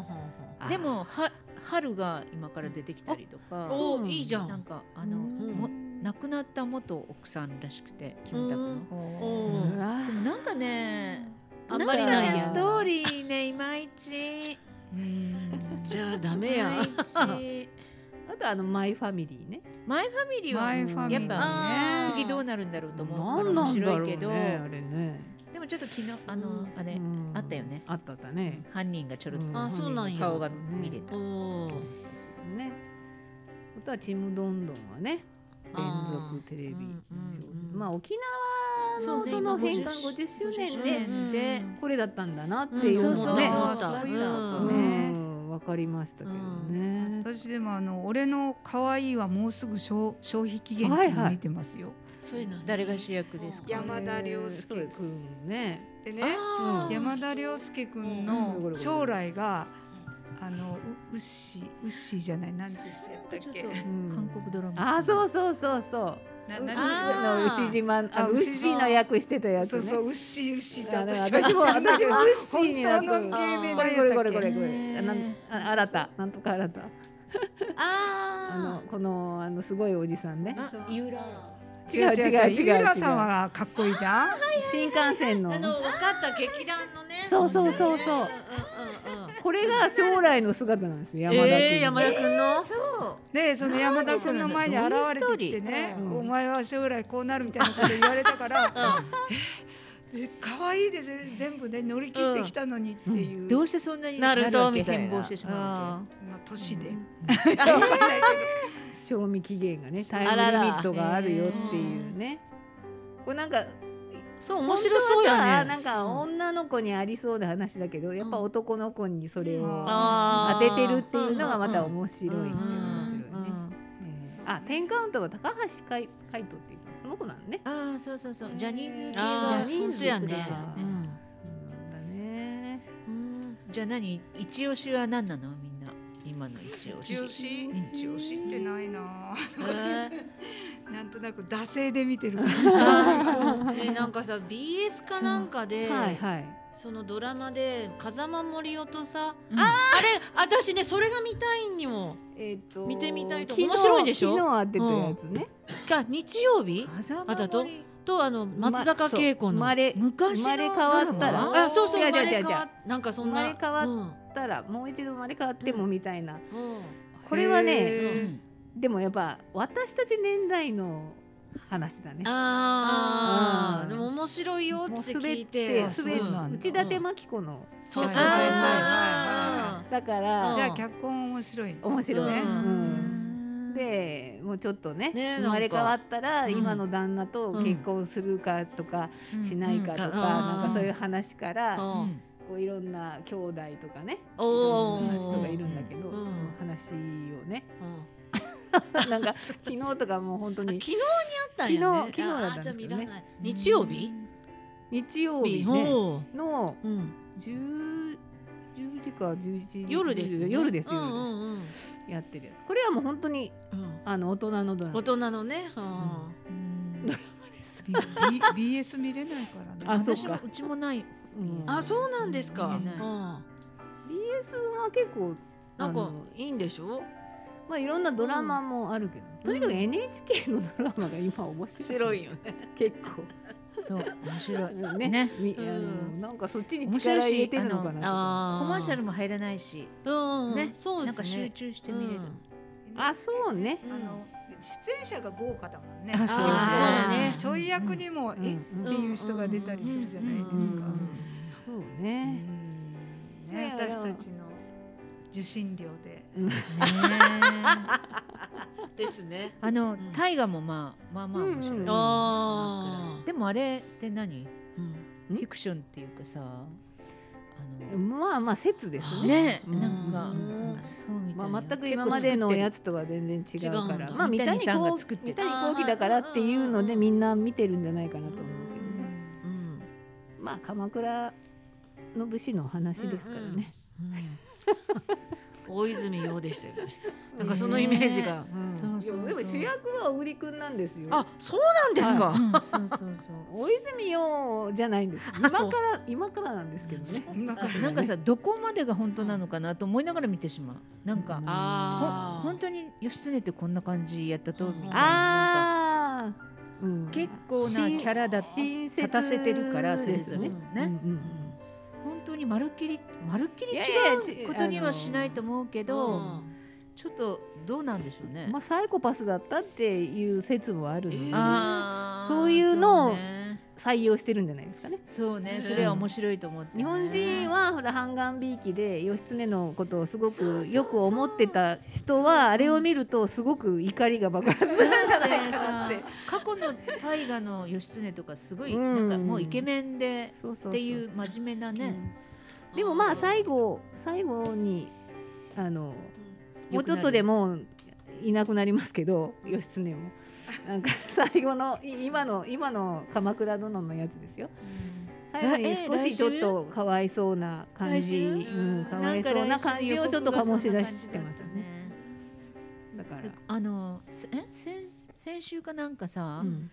Speaker 3: いはいはいはい
Speaker 2: あー
Speaker 5: でもは春が今から出てきたりとか
Speaker 3: お
Speaker 2: う
Speaker 3: ー
Speaker 2: ん
Speaker 3: いいじゃ
Speaker 5: なん
Speaker 3: ん
Speaker 5: かあの
Speaker 2: うん
Speaker 5: も亡くなった元奥さんらしくてキムタクの
Speaker 3: う
Speaker 1: お
Speaker 3: ん
Speaker 2: う
Speaker 3: おー
Speaker 2: わ
Speaker 5: でもなんかね
Speaker 3: あんまり
Speaker 5: な
Speaker 3: なんい
Speaker 5: かね
Speaker 3: や
Speaker 5: ストーリーねいまいち
Speaker 1: うん
Speaker 3: じゃあダメや
Speaker 5: いまいち
Speaker 2: あとあのマイファミリーね。
Speaker 5: マイファミリー
Speaker 1: マイフ
Speaker 5: は
Speaker 1: ァ
Speaker 5: や
Speaker 1: ミ
Speaker 5: っ
Speaker 1: リー
Speaker 5: ぱ
Speaker 1: ね
Speaker 5: 次どうなるんだろうと思うか
Speaker 2: 何
Speaker 5: ら
Speaker 2: な
Speaker 5: 面
Speaker 2: んだろ
Speaker 5: 白
Speaker 2: う
Speaker 5: いけ
Speaker 2: ね、
Speaker 5: ど
Speaker 2: あれね。
Speaker 5: でもちょっと昨日あのあれ
Speaker 2: うん
Speaker 5: あったよね
Speaker 2: あったあったね。
Speaker 5: 犯人がちょろっ
Speaker 2: うん
Speaker 5: と
Speaker 3: あそうなんや
Speaker 5: 顔が見れた
Speaker 3: おおー
Speaker 2: ね。あとはちむどんどんはね、連続テレビ小
Speaker 3: あーうんうんう
Speaker 2: 説。
Speaker 3: ん
Speaker 2: まあ沖
Speaker 5: そ
Speaker 2: 縄
Speaker 5: う
Speaker 2: の
Speaker 5: ね
Speaker 2: その
Speaker 5: 今
Speaker 2: 返還
Speaker 5: 50
Speaker 2: 50周年
Speaker 5: ね
Speaker 2: で
Speaker 3: うんうん
Speaker 5: で
Speaker 2: これだったんだなって
Speaker 3: うん
Speaker 2: いう
Speaker 3: そう
Speaker 2: の
Speaker 3: そ
Speaker 2: も
Speaker 3: う
Speaker 2: ね、
Speaker 1: あ
Speaker 3: そう
Speaker 1: ー
Speaker 3: だ
Speaker 1: そういうのあ
Speaker 2: う
Speaker 1: ったね
Speaker 2: んわかりましたけどね。
Speaker 1: 私でもあの俺の可愛いはもうすぐ消消費期限っていうの見てますよ。
Speaker 3: そういうの
Speaker 5: 誰が主役ですか
Speaker 1: 山田涼介
Speaker 2: そうくんね。
Speaker 1: でね、
Speaker 3: あー
Speaker 1: 山田涼介くん
Speaker 2: うんう
Speaker 1: の
Speaker 2: ん
Speaker 1: 将来があのううっしーうっしーじゃないなんて言ったっけ？
Speaker 2: うん
Speaker 5: 韓国ドラマ
Speaker 2: あーそうそうそうそう。
Speaker 1: な
Speaker 2: う
Speaker 1: 何
Speaker 3: あー
Speaker 2: の牛島あ
Speaker 1: あ
Speaker 2: の
Speaker 1: 牛
Speaker 2: 牛
Speaker 1: 島
Speaker 2: の役してたやつ
Speaker 1: そ
Speaker 2: ね。
Speaker 1: うそううっしーうっしーって
Speaker 2: あの
Speaker 1: 私
Speaker 2: 私も
Speaker 1: は
Speaker 2: 私もウッシーになってる
Speaker 1: 本当の芸名
Speaker 2: こ
Speaker 1: が
Speaker 2: れ
Speaker 1: や
Speaker 2: これこ
Speaker 1: った
Speaker 2: れ
Speaker 1: っ
Speaker 2: これこ
Speaker 5: へ
Speaker 2: れ。
Speaker 5: ー
Speaker 2: あなんあ新たなんとか新た。あの
Speaker 3: あ
Speaker 2: このあのすごいおじさんね。
Speaker 5: あ井浦
Speaker 1: け
Speaker 2: 違
Speaker 1: 違う
Speaker 2: う
Speaker 1: 違う
Speaker 2: 違う
Speaker 1: 井
Speaker 2: 違う違う
Speaker 1: 浦。さんはかっこいいじゃん。
Speaker 2: 新幹線の
Speaker 3: ああの分かった劇団のね
Speaker 2: そうそうそうそう
Speaker 3: うんうんうんうん
Speaker 2: これが将来の姿なんですよ山田君。
Speaker 3: えー山田くんの
Speaker 5: そう
Speaker 1: でその山田君の前に現れてきてね
Speaker 2: どういうストーリー
Speaker 1: うんお前は将来こうなるみたいなこと言われた からえで可愛いですね全部ね乗り切ってきたのにっていう、
Speaker 5: どうしてそんなに
Speaker 3: なると
Speaker 5: わけ
Speaker 3: みたいな
Speaker 5: 変貌してしまうわ
Speaker 1: まあ年 で、
Speaker 2: うん賞味期限がねタイムリミットがあるよっていうね。これなんか
Speaker 3: そう面白そう
Speaker 2: 本当はさ
Speaker 3: や
Speaker 2: な
Speaker 3: ね
Speaker 2: んか女の子にありそうな話だけど、やっぱ男の子にそれを
Speaker 3: あ
Speaker 2: 当
Speaker 3: ー
Speaker 2: ててるっていうのがまた面白いっていう
Speaker 3: うんうん
Speaker 2: 面白いね
Speaker 3: うんうん
Speaker 2: えー。あ、テンカウントは高橋海海人っていうこの子なのね。
Speaker 5: けああそうそうそうジャニーズ系
Speaker 3: あー
Speaker 5: が
Speaker 2: ジャニーズだ
Speaker 3: 本当やね
Speaker 2: うんそうなんだね。
Speaker 5: じゃあ何一押しは何なのみんな今の一押し
Speaker 1: 一押し一押しってないな
Speaker 3: えー
Speaker 1: なんとなく惰性で見てる
Speaker 3: あーそうねなんかさ BS かなんかで
Speaker 2: はいはい。
Speaker 3: そのドラマで風間森夫とさ
Speaker 5: うん
Speaker 3: あれ私ねそれが見たいんにも
Speaker 2: えっと
Speaker 3: 見てみたいと
Speaker 2: 昨日
Speaker 3: 面白いでしょ
Speaker 2: 昨日当てたやつね。
Speaker 3: が日曜日
Speaker 5: 風間
Speaker 3: あだと
Speaker 5: 森
Speaker 3: とあの松坂慶子
Speaker 2: 生
Speaker 3: の
Speaker 2: まれ生
Speaker 5: 昔
Speaker 2: ま
Speaker 5: の
Speaker 2: れ
Speaker 5: ド
Speaker 2: 変わ
Speaker 5: ラマ
Speaker 2: ったら。
Speaker 3: あそうそう
Speaker 2: じゃ
Speaker 3: 生
Speaker 2: あじゃあ
Speaker 3: まれ
Speaker 2: じゃ
Speaker 3: 変
Speaker 2: あ
Speaker 3: わっなんかそんな
Speaker 2: 生まれ変わっ
Speaker 3: うん
Speaker 2: たらもう一度生まれ変わってもみたいな。
Speaker 3: うん
Speaker 2: これはね
Speaker 1: へー
Speaker 5: うん
Speaker 2: でもやっぱ私たち年代の話だね。
Speaker 3: あ
Speaker 2: う
Speaker 3: あ、
Speaker 2: ん
Speaker 3: でも面白いよ
Speaker 2: もう
Speaker 3: って
Speaker 2: 滑
Speaker 3: 聞
Speaker 2: っ
Speaker 3: いて
Speaker 2: て
Speaker 1: あ、
Speaker 2: 滑
Speaker 1: そうなんだ
Speaker 2: る内
Speaker 3: う
Speaker 2: 館
Speaker 3: ん
Speaker 2: 真紀子の
Speaker 3: そうそうそうそう。
Speaker 5: あー
Speaker 3: あ
Speaker 2: だから、
Speaker 3: うん
Speaker 1: じゃあ脚本面白いね
Speaker 2: 面白いね。
Speaker 3: う
Speaker 2: うんんでもうちょっとね
Speaker 3: ね
Speaker 2: 生まれ
Speaker 3: なんか
Speaker 2: 変わったら
Speaker 3: うん
Speaker 2: 今の旦那と結婚するかとかしないかとか、
Speaker 3: うん
Speaker 2: なんかそういう話から、
Speaker 3: う
Speaker 1: うんん
Speaker 2: こういろんな兄弟とかね
Speaker 3: お
Speaker 2: いろんな
Speaker 3: お
Speaker 2: 人がい
Speaker 3: ー。
Speaker 2: るんだけど、
Speaker 3: うんうん
Speaker 2: 話をね
Speaker 3: うん
Speaker 2: なんか昨日とかもう本当
Speaker 3: 昨
Speaker 2: に
Speaker 3: 日にあったんやね。
Speaker 2: 昨日昨日だったん
Speaker 3: あーじゃあ
Speaker 2: です
Speaker 3: 見
Speaker 2: よね
Speaker 3: らない。日曜日？
Speaker 2: 日曜日、ね、
Speaker 3: おー
Speaker 2: の
Speaker 3: うん。
Speaker 2: 10 10時か11時
Speaker 3: 夜ですよね。
Speaker 2: 夜です
Speaker 3: うん
Speaker 2: 夜
Speaker 3: う
Speaker 2: です、
Speaker 3: んうん
Speaker 2: やってるやつこれはもう本当に
Speaker 3: うん
Speaker 2: あの大人のドラマ
Speaker 3: 大人のね。うん
Speaker 1: うん
Speaker 2: ドラ
Speaker 1: B- B- BS 見れないからね
Speaker 2: あそう
Speaker 5: 私もうちもない。
Speaker 2: うん
Speaker 3: あ、そうなんですか。う
Speaker 5: 見てない
Speaker 3: ん
Speaker 2: BS は結構
Speaker 3: な
Speaker 2: あ
Speaker 3: んか
Speaker 2: の
Speaker 3: いいんでしょ？
Speaker 2: まあいろんなドラマもあるけど、とにかく NHK のドラマが今面白い
Speaker 3: 白いよね。
Speaker 2: 結構
Speaker 5: そう面白い。
Speaker 2: ね
Speaker 5: ね
Speaker 2: みあ
Speaker 3: うん
Speaker 2: のなんかそっちに
Speaker 5: 面白い
Speaker 2: 力
Speaker 5: し
Speaker 2: 入れてるのかなとか
Speaker 5: コ
Speaker 3: あ
Speaker 5: マーシャル
Speaker 3: も
Speaker 5: も入らないし、
Speaker 3: うん
Speaker 5: ね
Speaker 3: ね。そう
Speaker 5: な
Speaker 3: で
Speaker 5: んか
Speaker 3: す
Speaker 5: 集
Speaker 3: ね。
Speaker 5: 中して見れ
Speaker 3: う。
Speaker 5: る
Speaker 3: ん
Speaker 2: あそうね
Speaker 1: あの出演者が豪華だもんね
Speaker 5: あそう
Speaker 3: あーそ
Speaker 1: ちょ
Speaker 3: うね
Speaker 1: い役にも
Speaker 2: うん
Speaker 1: え
Speaker 2: うん
Speaker 1: っていう人が出たりするじゃないですか
Speaker 3: うんうん
Speaker 2: そう
Speaker 1: う
Speaker 2: ね
Speaker 1: ん
Speaker 2: ね
Speaker 1: ね
Speaker 2: え
Speaker 1: 私たちの受信料で
Speaker 5: ね え
Speaker 3: ですね。
Speaker 5: あの
Speaker 3: ん
Speaker 5: 大河もまあまあまあ面白い。
Speaker 2: うんうん
Speaker 3: あ
Speaker 5: でもあれって何？
Speaker 3: あ。
Speaker 5: フィクションっていうかさ、あの
Speaker 2: まあまあ説ですね
Speaker 5: ね、
Speaker 2: うん
Speaker 5: なんか
Speaker 3: うん
Speaker 5: そうみたいな。
Speaker 2: まあ全く今までのや
Speaker 5: つ
Speaker 2: つとは全然違う
Speaker 3: 違う
Speaker 2: か
Speaker 3: ん
Speaker 2: ら
Speaker 3: だ
Speaker 2: まあ三谷
Speaker 5: 三谷さん
Speaker 2: 幸
Speaker 5: が
Speaker 2: 喜
Speaker 5: 作ってる
Speaker 2: 三谷幸喜だからっていうのでみんな見てるんじゃないかなと思うけどね
Speaker 3: うん。
Speaker 2: まあ鎌倉の武士の話ですからね
Speaker 3: うん大泉洋でしたよね。なんかそのイメージが。うん
Speaker 5: そう
Speaker 2: で
Speaker 5: そうそ
Speaker 2: も
Speaker 5: う。
Speaker 2: でも主役は小栗くんなんですよ
Speaker 3: あ、そうなんです
Speaker 5: う
Speaker 3: か。
Speaker 5: んそうそうそう。
Speaker 2: 大泉洋じゃないんです今から今からなんですけどね
Speaker 1: 今から
Speaker 5: なんかさどこまでが本当なのかなと思いながら見てしまうなんか
Speaker 3: ああ。
Speaker 5: ほ本当に義経ってこんな感じやったとみたいななんか
Speaker 2: ああ、うん
Speaker 5: 結構なキャラだと
Speaker 2: 親
Speaker 5: 立たせてるからそれぞれね
Speaker 2: 親切ですねうん
Speaker 5: 本当にまるっきりまるっきり
Speaker 2: いやいや
Speaker 5: 違うことにはしないと思うけ
Speaker 3: う
Speaker 5: ど
Speaker 3: ん
Speaker 5: ちょっとどうなんでしょうね
Speaker 2: まあ、サイコパスだったっていう説もあるので、
Speaker 3: えー
Speaker 5: あー
Speaker 2: そういうのを
Speaker 5: そうね
Speaker 2: 採用してるんじゃないですかね
Speaker 5: そうね
Speaker 3: うん
Speaker 5: それは面白いと思って
Speaker 2: 日本人はほら半眼びいきで義経のことをすごくよく思ってた人はあれを見るとすごく怒りが爆発するんじゃ ないかなって
Speaker 5: 過去の大河の義経とかすごい
Speaker 2: うん
Speaker 5: なんかもうイケメンで
Speaker 2: そうそうそう
Speaker 5: っていう真面目なね
Speaker 2: うんでもまあ最後最後にあの
Speaker 5: 良くなる
Speaker 2: もうちょっとでもういなくなりますけど義経もなん か最後のい今の今の鎌倉殿のやつですよ最後
Speaker 5: え
Speaker 2: に
Speaker 5: え
Speaker 2: 少しちょっとかわいそうな感じ、
Speaker 5: 来
Speaker 3: 週
Speaker 2: うん、かわいそうな感じをちょっと醸し出してますよね
Speaker 5: ね。
Speaker 2: だから、
Speaker 5: あのせえ先先週かなんかさ、
Speaker 2: うん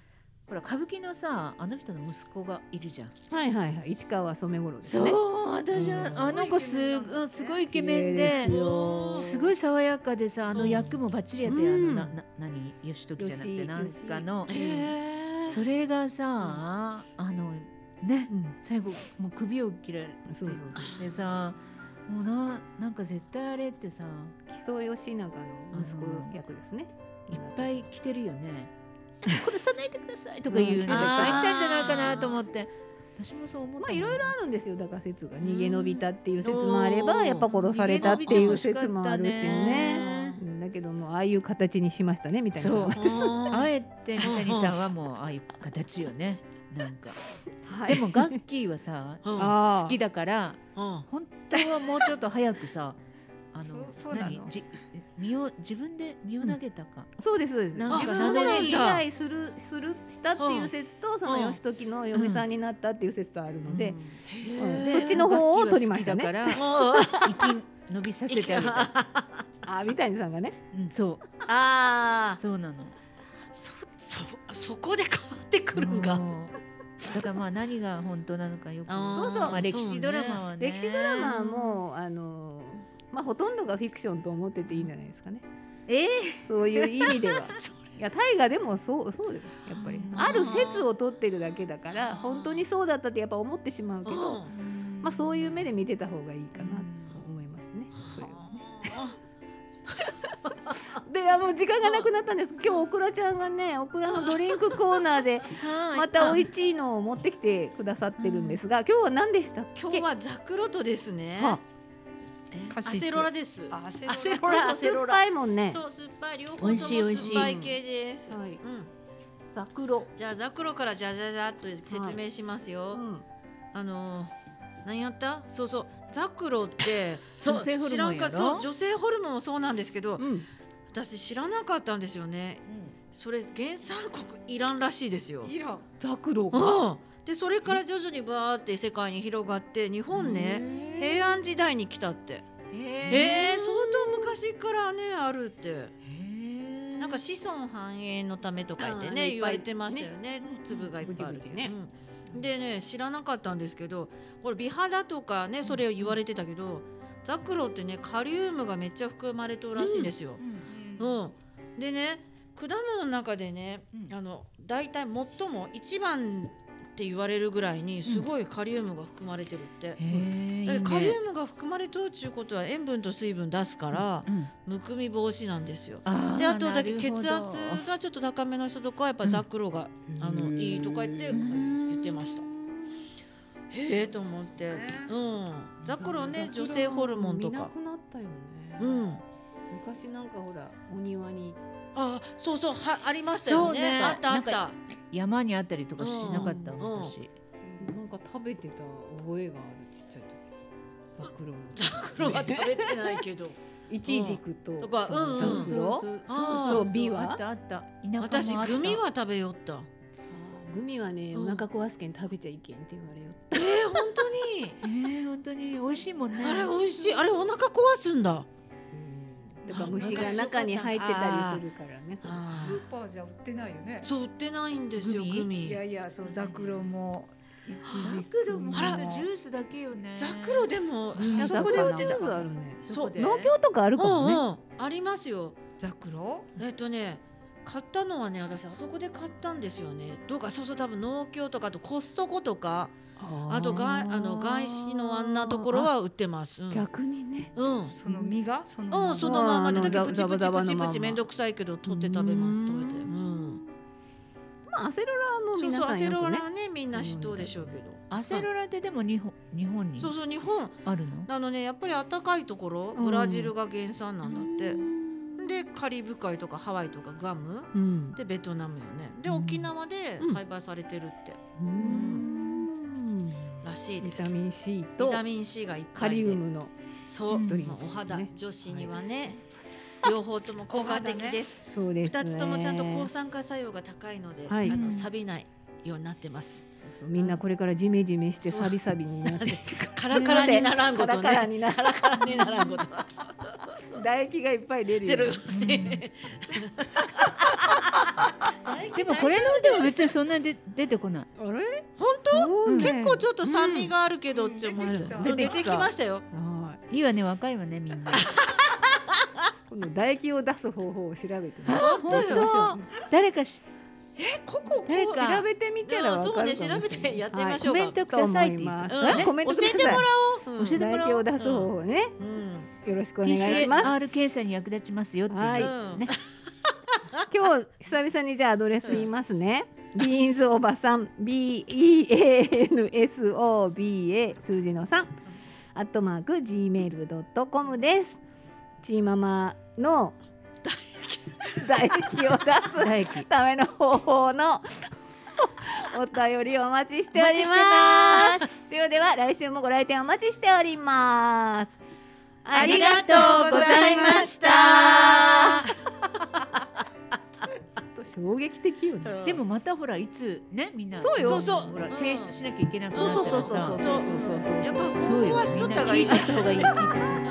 Speaker 5: ほら歌舞伎のさあの人の息子がいるじゃん。
Speaker 2: はいはいはい市川染五郎です
Speaker 5: そう、
Speaker 2: ね
Speaker 5: 私は、
Speaker 2: うん
Speaker 5: あの子すうんすごいイケメンで
Speaker 2: 綺麗ですよ
Speaker 5: すごい爽やかでさあの役もバッチリやって、
Speaker 2: うん
Speaker 5: あのなな何義時じゃなくて
Speaker 2: 義
Speaker 5: なんかの
Speaker 2: 義
Speaker 3: ええ。
Speaker 5: それがさ、あのね
Speaker 2: うん
Speaker 5: 最後もう首を切られ
Speaker 2: そうそう
Speaker 5: てさもうななんか絶対あれってさ
Speaker 2: そう木曽義仲の息子役ですね
Speaker 5: いっぱい来てるよね殺さないでくださいとかいうのがいっぱい
Speaker 3: うん
Speaker 5: 来たんじゃないかなと思って私もそう思っ
Speaker 2: ま
Speaker 5: た
Speaker 2: あいろい
Speaker 5: ろ
Speaker 2: ろあるんですよだから説が逃げ延びたっていう説もあれ
Speaker 3: う
Speaker 2: ば
Speaker 3: ん
Speaker 2: やっぱ殺されたっていう説もあるしね
Speaker 5: 逃
Speaker 2: うんだけどもああいう形にしましたねみたいな
Speaker 5: そうあ
Speaker 3: あえ
Speaker 5: えて三谷さんはもうああいう形よねなんか
Speaker 2: はい
Speaker 5: でもガッキーはさ
Speaker 3: あ
Speaker 2: ああ
Speaker 5: 好きだから
Speaker 3: あ。
Speaker 5: 本当はもうちょっと早くさあの
Speaker 1: そうそうなの
Speaker 5: 何じ身を自分で身を投げたか、
Speaker 2: そうですそうです
Speaker 5: なん
Speaker 3: か
Speaker 2: 自
Speaker 3: そう
Speaker 2: 分
Speaker 3: なんだ
Speaker 2: で被害するするしたっていう説とその義時の嫁さんになったっていう説とあるので、うん
Speaker 5: で
Speaker 2: そっちの方を取りましたね
Speaker 5: ガッキーは好きだから生き伸びさせてあげた、
Speaker 2: あ三谷さんがね
Speaker 5: うん、そう
Speaker 3: ああ。
Speaker 5: そうなの
Speaker 3: そそそこで変わってくるん
Speaker 5: う
Speaker 3: が。
Speaker 5: だからまあ何が本当なのかよく
Speaker 3: あー
Speaker 2: そうそう
Speaker 5: まあ、歴史ドラマはね
Speaker 2: 歴史ドラマはもうあのまあほとんどがフィクションと思ってていいんじゃないですかね
Speaker 5: ええ
Speaker 2: そういう意味では
Speaker 3: そ
Speaker 2: いや大河でもそうそうですやっぱり
Speaker 5: うん
Speaker 2: ある説を取ってるだけだから
Speaker 3: あー
Speaker 2: 本当にそうだったってやっぱ思ってしまうけ
Speaker 3: う
Speaker 2: ど
Speaker 3: ん
Speaker 2: まあそういう目で見てた方がいいかな
Speaker 5: うん
Speaker 2: と思いますねそれはね
Speaker 3: あ
Speaker 2: であもう時間がなくなったんです今日オクラちゃんがねオクラのドリンクコーナーでまた美味しいのを持ってきてくださってるんですが今日は何でしたっけ
Speaker 3: 今日はザクロとですね。
Speaker 2: はあ
Speaker 3: え
Speaker 1: カ
Speaker 3: ア
Speaker 1: シス
Speaker 3: セロラです。
Speaker 1: あ
Speaker 3: アセロ
Speaker 2: これ
Speaker 3: ラ、アセ
Speaker 2: 酸
Speaker 3: ロ
Speaker 2: っ
Speaker 3: ラ。
Speaker 2: ぱいもんね
Speaker 3: そう、酸っぱい、両方と
Speaker 5: 美
Speaker 3: も
Speaker 5: 味しい美
Speaker 3: 酸
Speaker 5: 味しい
Speaker 3: っぱい系です。
Speaker 2: はい
Speaker 3: うん。
Speaker 2: ザクロ
Speaker 3: じゃあザクロからじゃじゃじゃっと説明しますよ。
Speaker 2: うん
Speaker 3: あのー何やった？そうそうザクロって そう
Speaker 5: 女性ホル
Speaker 3: 知
Speaker 5: モ
Speaker 3: ら
Speaker 5: ン
Speaker 3: ん
Speaker 5: やろ
Speaker 3: かそう女性ホルモンもそうなんですけど、
Speaker 2: うん
Speaker 3: 私知らなかったんですよね。それ原産国イランらしいですよ。
Speaker 1: いらん
Speaker 2: ザクロ
Speaker 3: うん。でそれから徐々にバーって世界に広がって日本ね平安時代に来たって。えー、相当昔からねあるって。なんか子孫繁栄のためとか言って
Speaker 2: あー
Speaker 3: ね
Speaker 2: いっ
Speaker 3: 言
Speaker 2: ぱ
Speaker 3: わ
Speaker 2: い
Speaker 3: れてましたよね粒がいっぱいある
Speaker 2: ぐじぐじね
Speaker 3: うんでね知らなかったんですけどこれ美肌とかねそれを言われてたけどザクロってねカリウムがめっちゃ含まれてるらしいんですよ。うんでね果物の中でね
Speaker 1: うん
Speaker 3: あの大体最も一番って言われるぐらいにすごいカリウムが含まれてるって。だからカリウムが含まれとるっていうことは塩分と水分出すからむくみ防止なんですよ。であとだけ血圧がちょっと高めの人とかはやっぱザクロが、あのいいとか言って
Speaker 5: ん
Speaker 3: 言ってました。へえと思って、うん、ザクロね女性ホルモンと
Speaker 2: 見な
Speaker 3: か、
Speaker 2: くなったよね、
Speaker 3: うん、
Speaker 2: 昔なんかほらお庭に
Speaker 3: あそうそうはありましたよね
Speaker 5: そうね
Speaker 3: あったあった
Speaker 5: な山にあったりとかしなかった
Speaker 2: うん
Speaker 5: 昔
Speaker 2: なんか食べてた覚えがあるちっちゃい時ザクロの
Speaker 3: ザクロは食べてないけど
Speaker 2: イチジクと
Speaker 3: とか
Speaker 2: そう
Speaker 3: うん
Speaker 2: そうそうそう
Speaker 3: あー
Speaker 2: そうそうビ
Speaker 5: あ
Speaker 2: ワ
Speaker 5: ったあった田舎
Speaker 3: 私
Speaker 5: もあった
Speaker 3: グミは食べよった
Speaker 2: グミはね
Speaker 3: う
Speaker 2: お
Speaker 3: ん
Speaker 2: 腹壊すけん食べちゃいけんって言われよ
Speaker 3: えー、本当に
Speaker 5: えー本当に美味しいもんね
Speaker 3: あれ美味しいあれお腹壊すんだ
Speaker 2: とか虫が中に入ってたりするからねそう
Speaker 3: あ
Speaker 1: ス
Speaker 3: ー
Speaker 1: ーパーじゃ売ってないよね
Speaker 3: そう売ってないんですよ
Speaker 5: グミ
Speaker 3: グミ
Speaker 1: いやいやそうザクロもイチ
Speaker 5: ザ
Speaker 1: ジ
Speaker 5: クロ
Speaker 1: クも
Speaker 5: もほんとジュースだけよね
Speaker 3: ザクロでも、
Speaker 1: ん
Speaker 3: あそこで売って
Speaker 2: ザ
Speaker 3: た
Speaker 2: クロジュースあるね
Speaker 5: どこで
Speaker 2: 農協とかあるか
Speaker 3: うん
Speaker 2: もね
Speaker 3: うんありますよ
Speaker 1: ザクロ
Speaker 3: えっとね買ったのはね私あそこで買ったんですよねどうかそうそう多分農協とかあとコストコとかあと外あの外資のあんなところは売ってますうん、
Speaker 2: 逆にね
Speaker 3: うん
Speaker 1: その実がその
Speaker 3: うん、そのままで
Speaker 2: あ
Speaker 3: だ
Speaker 2: の
Speaker 3: けプチ
Speaker 2: ざ
Speaker 3: プ
Speaker 2: ばざ
Speaker 3: チ
Speaker 2: ば
Speaker 3: プ
Speaker 2: のま
Speaker 3: チ
Speaker 2: んま
Speaker 3: プチめんどくさいけど取って食べます取れてうん
Speaker 2: まあアセロラも
Speaker 3: そう
Speaker 2: 皆
Speaker 3: そう
Speaker 2: さ
Speaker 3: ア
Speaker 2: ん
Speaker 3: セ
Speaker 2: よ
Speaker 3: ロ
Speaker 2: くね
Speaker 3: ラはねみんな知っとうでしょうけど
Speaker 5: アセロラってでも日本日本に
Speaker 3: そうそう日本
Speaker 5: あるの
Speaker 3: あのねやっぱり暖かいところブラジルが原産なんだって、でカリブ海とかハワイとかガム
Speaker 2: うん
Speaker 3: でベトナムよねで
Speaker 5: うん
Speaker 3: 沖縄で
Speaker 2: うん
Speaker 3: 栽培されてるって、
Speaker 2: うん
Speaker 3: らしい
Speaker 2: ビ
Speaker 3: です
Speaker 2: タミン C
Speaker 3: ビ
Speaker 2: と
Speaker 3: タミン C がいっぱ
Speaker 2: カ
Speaker 3: いで
Speaker 2: リウムの
Speaker 3: そう、
Speaker 5: うん
Speaker 3: まあお肌、
Speaker 2: ね
Speaker 3: 女子にはね、両方とも効果的です
Speaker 2: そうです
Speaker 3: 二、
Speaker 2: ね
Speaker 3: つともちゃんと抗酸化作用が高いので、
Speaker 2: はい
Speaker 3: あ
Speaker 1: う
Speaker 3: の
Speaker 1: ん
Speaker 3: 錆びないようになってます
Speaker 2: そうみんなこれからジメジメして
Speaker 3: そう
Speaker 2: サビサビになって
Speaker 3: カラカラにならんことね
Speaker 2: カラカラにな
Speaker 3: カラカラにならんことは
Speaker 2: 唾液がいっぱい出る
Speaker 3: 出
Speaker 2: よ
Speaker 3: る
Speaker 2: ね、
Speaker 5: でもこれ飲んでも別にそんなに出出てこない
Speaker 2: あれ
Speaker 3: 本
Speaker 2: 当、
Speaker 5: うん
Speaker 3: 結構ちょっと酸味があるけどって思ってた、
Speaker 1: うん
Speaker 3: 出
Speaker 5: 出
Speaker 3: て
Speaker 5: てきた
Speaker 3: きましたよ
Speaker 2: はい
Speaker 5: いわね若いわねみんな
Speaker 2: 今度唾液を出す方法を調べてみましょう
Speaker 3: 本当
Speaker 5: 誰かし
Speaker 3: えこここ
Speaker 5: 誰
Speaker 3: う
Speaker 5: か
Speaker 2: 調べてみたらわかるかもしれな
Speaker 3: そう
Speaker 2: い
Speaker 3: ね調べてやってみましょ
Speaker 5: コ
Speaker 3: うか
Speaker 5: メントくださいって言って
Speaker 2: と
Speaker 5: た
Speaker 2: 思います
Speaker 5: ね
Speaker 2: コメントく
Speaker 3: 教
Speaker 2: ださ
Speaker 3: え
Speaker 2: い
Speaker 3: てもらおう、うん
Speaker 5: 教えて
Speaker 2: 唾液を出す方法ね、
Speaker 3: うん
Speaker 2: よろしくお願いします
Speaker 5: PCR 検査に役立ちますよっていう
Speaker 2: はい
Speaker 5: ね
Speaker 2: 今日久々にじゃあアドレス言います ね、ビーンズおばさん BEANSOBA 数字の3アットマーク Gmail.com ですチーママの唾液を出す
Speaker 5: 唾液
Speaker 2: ための方法 のお便りお待ちしておりま
Speaker 5: お待ちしてます
Speaker 2: すではでは来週もご来店お待ちしておりますあ
Speaker 3: ありがとうございました。
Speaker 2: と衝撃的よね
Speaker 5: でもまたほらいつねみんな
Speaker 2: そうよ
Speaker 3: そうそう
Speaker 5: ほら
Speaker 3: うん
Speaker 5: 提出しなきゃいけなく
Speaker 2: そう
Speaker 5: な
Speaker 2: そ
Speaker 5: っ
Speaker 2: う
Speaker 5: た
Speaker 2: そう
Speaker 5: ら
Speaker 2: そうそうそう
Speaker 5: さ
Speaker 2: そうそう
Speaker 3: やっぱ
Speaker 5: そ
Speaker 3: こ
Speaker 5: う
Speaker 3: こ
Speaker 5: よ
Speaker 3: はし
Speaker 5: み
Speaker 3: とっ
Speaker 5: んな
Speaker 3: た方がいい
Speaker 5: 聞い。た方がいい聞いた方がいい